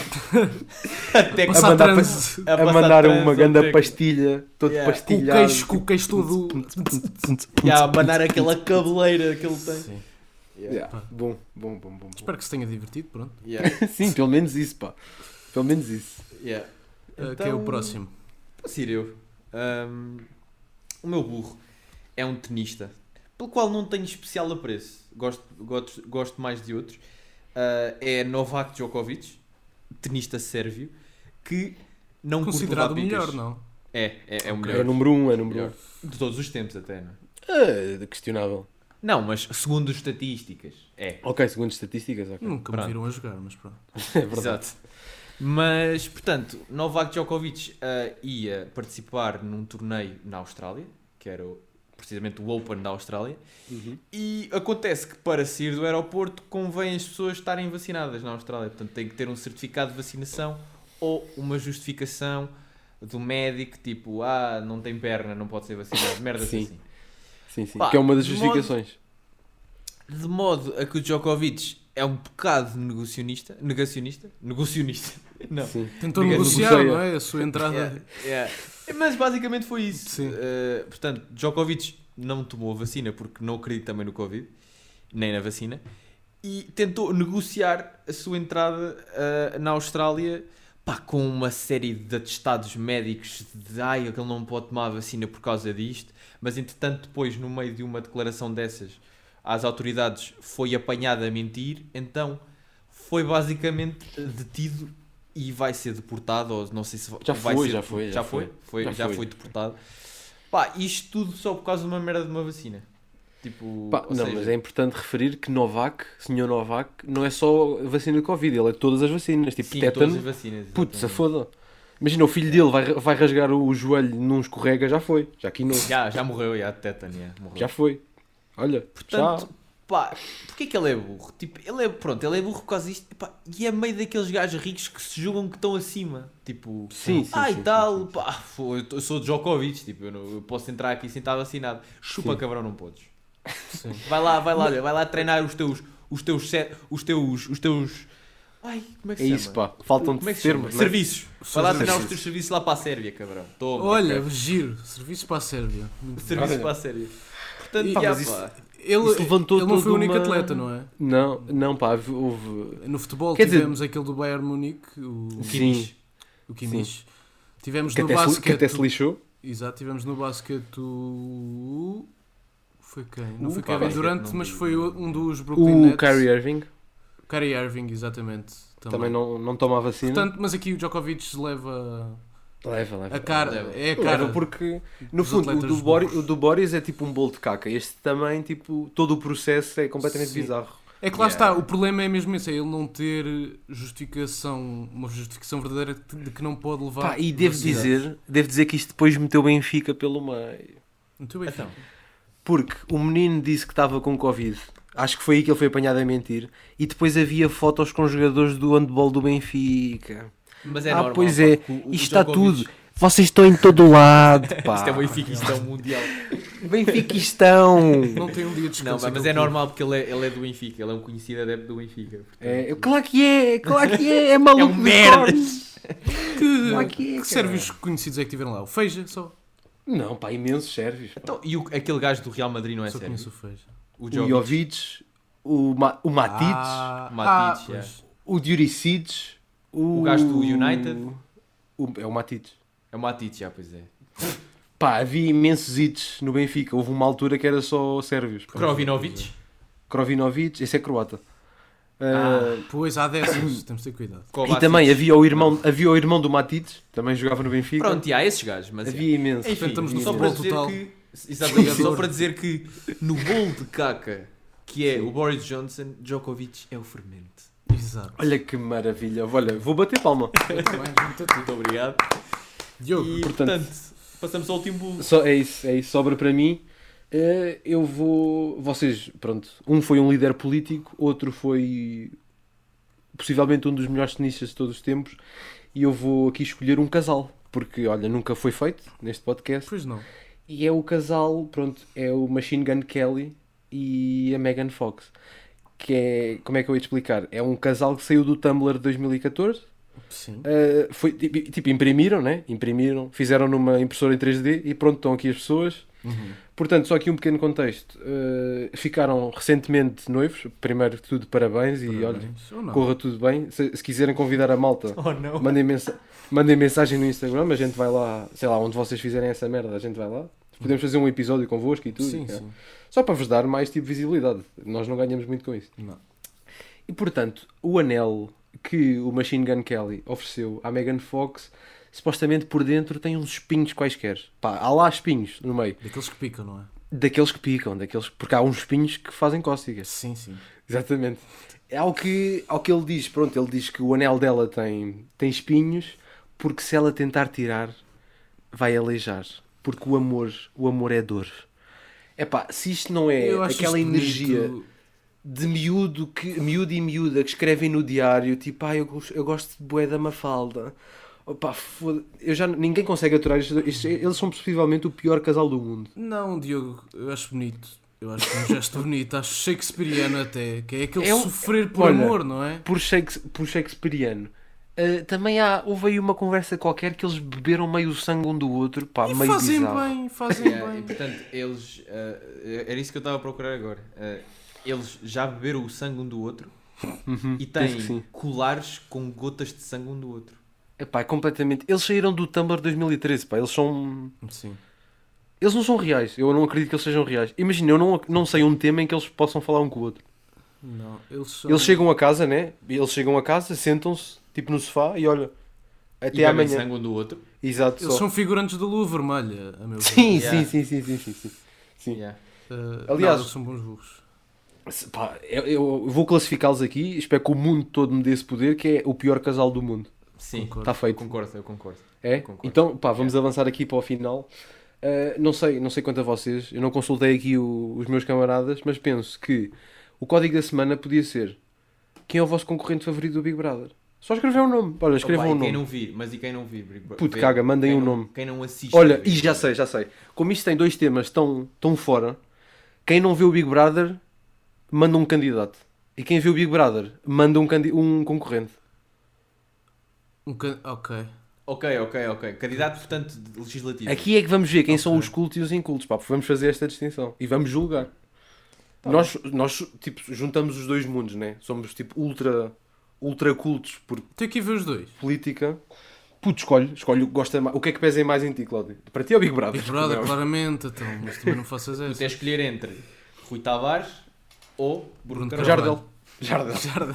C: Até que
B: Passar
A: É mandar pa-
B: transe.
A: A,
C: passar
A: mandar
C: trans,
A: uma
C: ao
A: ganda
C: treco.
A: pastilha, todo
C: Yeah.
B: Com o
A: pastilhado.
B: queixo, com o queixo todo.
C: E a abanar aquela cabeleira que ele tem.
B: Sim.
A: Yeah. Bom, bom, bom, bom. bom.
B: Espero que se tenha divertido, pronto.
C: Yeah,
A: Sim, pelo menos isso, pá. Pelo menos isso.
C: yeah.
B: Ah, que é o
C: Então,
B: próximo.
A: um
C: Posso ir eu. Ahm, hum, o meu burro é um tenista, pelo qual não tenho especial apreço. Gosto, gosto, gosto mais de outros. Ah, é Novak Djokovic, tenista sérvio, que não curte
B: Considerado o
C: levar picas.
B: melhor, não?
C: É, é, é o melhor.
A: É número um, é número
C: Melhor. De todos os tempos, até, não é?
A: um. Ah, questionável.
C: Não, mas segundo estatísticas. É,
A: Ok, segundo estatísticas, ok.
B: Nunca
C: Pronto.
B: me viram a jogar, mas pronto.
A: É verdade.
C: Hum, exato. Mas, portanto, Novak Djokovic ah, ia participar num torneio na Austrália, que era o- precisamente o Open da Austrália,
A: Uhum.
C: e acontece que para sair do aeroporto convém as pessoas estarem vacinadas na Austrália. Portanto, tem que ter um certificado de vacinação ou uma justificação do médico, tipo, ah, não tem perna, não pode ser vacinado, merda
A: Sim.
C: assim.
A: Sim, sim.
C: Pá,
A: que é uma das
C: de
A: justificações.
C: De modo a que o Djokovic é um bocado negacionista. Negacionista? Negacionista. Não.
A: Sim.
B: Tentou
C: Ninguém
B: negociar,
A: negocia.
B: não é? A sua entrada.
C: Yeah. Mas basicamente foi isso.
B: Sim.
C: Uh, portanto, Djokovic não tomou a vacina porque não acredita também no Covid, nem na vacina, e tentou negociar a sua entrada uh, na Austrália pá, com uma série de atestados médicos de ai, ele não pode tomar a vacina por causa disto, mas entretanto, depois, no meio de uma declaração dessas às autoridades, foi apanhado a mentir, então foi basicamente detido e vai ser deportado, ou não sei se
A: Já
C: vai
A: foi,
C: ser-
A: já foi, já
C: já foi,
A: foi.
C: Foi-
A: Já
C: já
A: foi.
C: foi deportado. Pá, isto tudo só por causa de uma merda de uma vacina. Tipo,
A: Pá,
C: ou
A: não,
C: seja,
A: mas é importante referir que Novak, senhor Novak, não é só a vacina de Covid, ele é todas as vacinas, tipo
C: sim, todas as
A: tétano,
C: vacinas.
A: putz, se
C: exatamente.
A: foda. Imagina, o filho dele vai, vai rasgar o, joelho num escorrega, já foi, já aqui não,
C: Já, já morreu, já, de tétano, já, morreu.
A: já foi. Olha,
C: Portanto,
A: já.
C: pá, porquê que ele é burro? Tipo, ele é, pronto, ele é burro por causa disto, pá, e é meio daqueles gajos ricos que se julgam que estão acima. Tipo,
A: Sim, sim,
C: ai
A: sim,
C: tal,
A: sim, sim,
C: pá, fô, eu tô- eu sou Djokovic, tipo, eu, não- eu posso entrar aqui sem estar vacinado. Chupa,
A: Sim.
C: cabrão, não podes.
B: Sim.
C: Vai lá, vai lá, olha, vai lá treinar os teus, os teus, set, os teus, os teus, ai, como é que
A: é
C: se
A: isso,
C: chama?
A: pá, faltam
C: Como é que
A: de
C: se chama?
A: termos, não é?
C: Serviços. Vai lá treinar os
A: serviços.
C: teus serviços lá para a Sérvia, cabrão. Toma,
B: Olha,
C: cara.
A: É.
B: giro. Serviço para a Sérvia. Muito bem.
C: serviços
A: olha.
C: para a Sérvia. Portanto,
B: E-
C: já,
A: mas isso- é
C: pá.
B: Ele,
A: Isso levantou
B: ele não foi o
A: toda
B: único
A: uma-
B: atleta, não é?
A: Não, não, pá, houve- houve...
B: No futebol
A: Quer dizer-
B: tivemos aquele do Bayern Munique, o,
A: Sim,
B: o Kimmich. Tivemos
A: que
B: no
A: até, se, li- que
B: basquete.
A: até se lixou.
B: Exato, tivemos no basquete o. Foi quem? Não
A: O-
B: foi
A: pá,
B: Kevin
A: basquete,
B: Durant,
C: não
B: mas
C: digo.
B: foi o- um dos Brooklyn
A: O
B: Nets.
A: Kyrie Irving
B: Kyrie Irving, exatamente. Também,
A: também não, não toma a vacina.
B: Portanto, mas aqui o Djokovic leva
A: Leva, leva.
B: A cara,
C: Leva.
B: é a
A: Leva
B: cara.
A: porque, no
B: dos
A: fundo, o
B: atletas
A: do,
B: burros.
A: Boris, o do Boris é tipo um bolo de caca. Este também, tipo, todo o processo é completamente
B: Sim.
A: bizarro.
B: É que lá
C: Yeah.
B: está, o problema é mesmo esse, é ele não ter justificação, uma justificação verdadeira de que não pode levar.
A: Pá, e devo
B: velocidade.
A: dizer, devo dizer que isto depois meteu Benfica pelo meio.
B: Muito bem.
C: Então.
A: Porque o menino disse que estava com Covid. Acho que foi aí que ele foi apanhado a mentir. E depois havia fotos com jogadores do handball do Benfica.
C: Mas é
A: ah,
C: normal.
A: pois
C: pá,
A: é.
C: porque o- o
A: Isto está
C: Djokovic-
A: tudo. Vocês estão em todo o lado, pá.
C: Isto é o Benfica, isto é o Mundial.
A: Benfiquistão.
B: Não tem um dia de descanso.
C: Não, pá, mas
B: aquele
C: é
B: clube.
C: normal porque ele é, ele é do Benfica, ele é um conhecido adepto do Benfica. portanto.
A: É, claro que é, claro que é, é maluco.
C: É um
A: dos
C: merda.
A: cornos.
B: Que,
A: Não, aqui é,
B: que
A: cara.
B: sérvios conhecidos é que tiveram lá? O Feija só.
A: Não, pá, imensos sérvios. pá.
C: Então, e o- aquele gajo do Real Madrid não é
B: só
C: sério?
B: conheço o Feija.
C: O
A: O
C: Djokovic.
A: Jovic, o, Ma o Matites,
B: Ah,
C: Matites,
B: ah,
C: é.
B: pois.
A: o Diuricides, o...
C: O gajo do United.
A: O- é o Matites.
C: É o Matites, já, pois é.
A: Pá, havia imensos hits no Benfica. Houve uma altura que era só sérvios. pá.
C: Krovinovic.
A: Krovinovic, esse é croata.
C: Ah,
A: Ah,
B: Pois há dessas, temos de ter cuidado.
A: e
C: Kovacic.
A: também havia o, irmão, havia o irmão do Matites, também jogava no Benfica.
C: Pronto, e há esses gajos, mas. é.
A: havia imensos.
C: Enfim,
B: Estamos no
C: só para
B: futebol
C: dizer
B: total.
C: que. Exatamente,
B: Sim.
C: só para dizer que no bolo de caca que é o Boris Johnson, Djokovic é o fermento.
B: Exato.
A: Olha que maravilha. Olha, vou bater palma.
B: Eu também, junto a ti.
C: Muito obrigado.
B: Diogo,
C: E
A: portanto-
C: portanto, passamos ao último bolo.
A: Só, é, isso, é isso, sobra para mim. Eh, eu vou. Vocês, pronto. Um foi um líder político, outro foi possivelmente um dos melhores tenistas de todos os tempos. E eu vou aqui escolher um casal, porque olha, nunca foi feito neste podcast.
B: pois não.
A: E é o casal, pronto, é o Machine Gun Kelly e a Megan Fox. Que é, como é que eu ia te explicar? É um casal que saiu do Tumblr de 2014,
B: Sim.
A: Uh, foi, tipo, tipo, imprimiram, né? Imprimiram, fizeram numa impressora em 3D e pronto, estão aqui as pessoas.
B: Uhum.
A: Portanto, só aqui um pequeno contexto. Uh, ficaram recentemente noivos. Primeiro de tudo, parabéns, e olha,
B: Parabéns. Ou não?
A: corra tudo bem. Se, se quiserem convidar a malta,
C: Oh não.
A: mandem, mensa- mandem mensagem no Instagram. A gente vai lá, sei lá, onde vocês fizerem essa merda, a gente vai lá. Podemos fazer um episódio convosco e tudo.
B: Uhum. Sim,
A: é.
B: sim.
A: Só para vos dar mais tipo visibilidade. Nós não ganhamos muito com isso.
B: Não.
A: E portanto, o anel que o Machine Gun Kelly ofereceu à Megan Fox, supostamente por dentro tem uns espinhos quaisquer. Pá, há lá espinhos no meio.
B: Daqueles que picam, não é?
A: Daqueles que picam, daqueles. Porque há uns espinhos que fazem cócegas.
B: Sim, sim.
A: Exatamente. É ao que, ao que ele diz, pronto, ele diz que o anel dela tem, tem espinhos, porque se ela tentar tirar, vai aleijar. Porque o amor, o amor é dor. É pá, se isto não é
B: Eu acho
A: aquela
B: isto bonito.
A: energia de miúdo, que, miúdo e miúda que escrevem no diário, tipo, ah, eu, gos- eu gosto de bué da Mafalda. Opa, foda eu já ninguém consegue aturar isto, isto- eles são possivelmente o pior casal do mundo.
B: Não, Diogo, eu acho bonito. Eu acho que é um gesto bonito, acho shakespeariano até, que é aquele
A: É um-
B: sofrer por
A: Olha.
B: amor, não é?
A: Por, Shakes- por shakespeariano. Ah, também há, houve aí uma conversa qualquer que eles beberam meio o sangue um do outro, pá,
B: E
A: meio
B: fazem
A: bizarro.
B: bem, fazem
C: Yeah, É, e
B: bem.
C: portanto, eles. eh, era isso que eu estava a procurar agora. Eh, eles já beberam o sangue um do outro e
A: Uhum. penso que
C: têm
A: sim.
C: colares com gotas de sangue um do outro.
A: Epá, é completamente. Eles saíram do Tumblr 2013, pá, eles são.
B: Sim.
A: Eles não são reais, eu não acredito que eles sejam reais. Imagina, eu não, não sei um tema em que eles possam falar um com o outro.
B: Não, eles são...
A: Eles chegam a casa, né? Eles chegam a casa, sentam-se, tipo no sofá, e olha, até
C: e bebem
A: amanhã.
C: sangue um do outro.
A: Exato,
B: Eles
A: só.
B: são figurantes da Lua Vermelha, a meu
A: Sim,
B: ver.
C: Yeah.
A: sim, sim, sim, sim, sim, sim. Sim.
C: Yeah.
B: Eh,
A: Aliás-
B: não, eles são bons burros.
A: Se- pá, eu, eu vou classificá-los aqui, espero que o mundo todo me dê esse poder, que é o pior casal do mundo.
C: Sim,
B: Concordo.
A: Está
C: eu
A: Tá feito.
C: concordo, eu concordo.
A: É?
C: Concordo.
A: Então, pá, vamos avançar aqui para o final. Uh, não sei, não sei quanto a vocês, eu não consultei aqui o- os meus camaradas, mas penso que o código da semana podia ser quem é o vosso concorrente favorito do Big Brother? Só escrever um nome. Olha, escrevam
C: Opa,
A: um
C: e quem
A: nome.
C: não vir, mas e quem não vir? Big Bro-
A: Puto,
C: ver?
A: caga, mandem
C: Quem
A: um
C: não-
A: nome.
C: Quem não assiste.
A: Olha,
C: ao
A: e
C: Big
A: já sei, já
C: Brother.
A: sei. Como isto tem dois temas tão, tão fora, quem não vê o Big Brother manda um candidato. E quem vê o Big Brother manda um, candi- um concorrente.
B: Um can... Ok.
C: Ok, ok, ok. Candidato, portanto, de- legislativo.
A: Aqui é que vamos ver quem são
B: Ok.
A: os cultos e os incultos, pá, porque vamos fazer esta distinção e vamos julgar. nós, nós, tipo, juntamos os dois mundos, né? Somos, tipo, ultra, ultra cultos por
B: Tem que ir ver os dois.
A: política. Puto, escolhe, escolhe o que gosta mais. O que é que pesa mais em ti, Cláudio? Para ti é o Big Brother.
B: Big Brother,
A: Não.
B: claramente, então, mas também não faças
C: Tu
B: essa.
C: tens de é escolher entre Rui Tavares ou Bruno
B: Bruno
C: Carvalho.
A: Jardel. Jardel.
B: Jardim.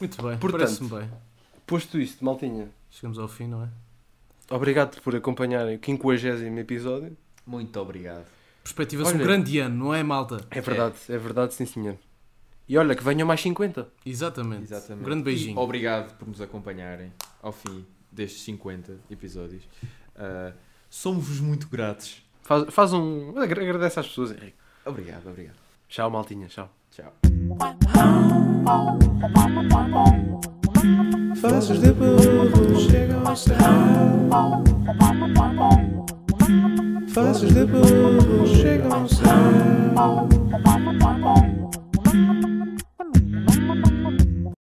B: Muito bem,
A: Portanto-
B: parece-me bem.
A: Posto isto, maltinha.
B: Chegamos ao fim, não é?
A: Obrigado por acompanharem o 50 episódio.
C: Muito obrigado.
B: Perspectiva-se um
A: Olha.
B: grande ano, não é, malta?
A: É verdade, é verdade, sim senhor. E olha, que venham mais 50.
B: Exatamente.
C: Exatamente.
B: Um grande beijinho.
C: E obrigado por nos acompanharem ao fim destes 50 episódios. Ah, Somos-vos muito gratos.
A: Faz, faz um. agra- Agradece às pessoas, Henrique.
C: Obrigado, obrigado.
A: Tchau, maltinha, tchau.
C: Tchau.
D: Faços de burro chegam ao céu. Faços de burro chegam ao céu.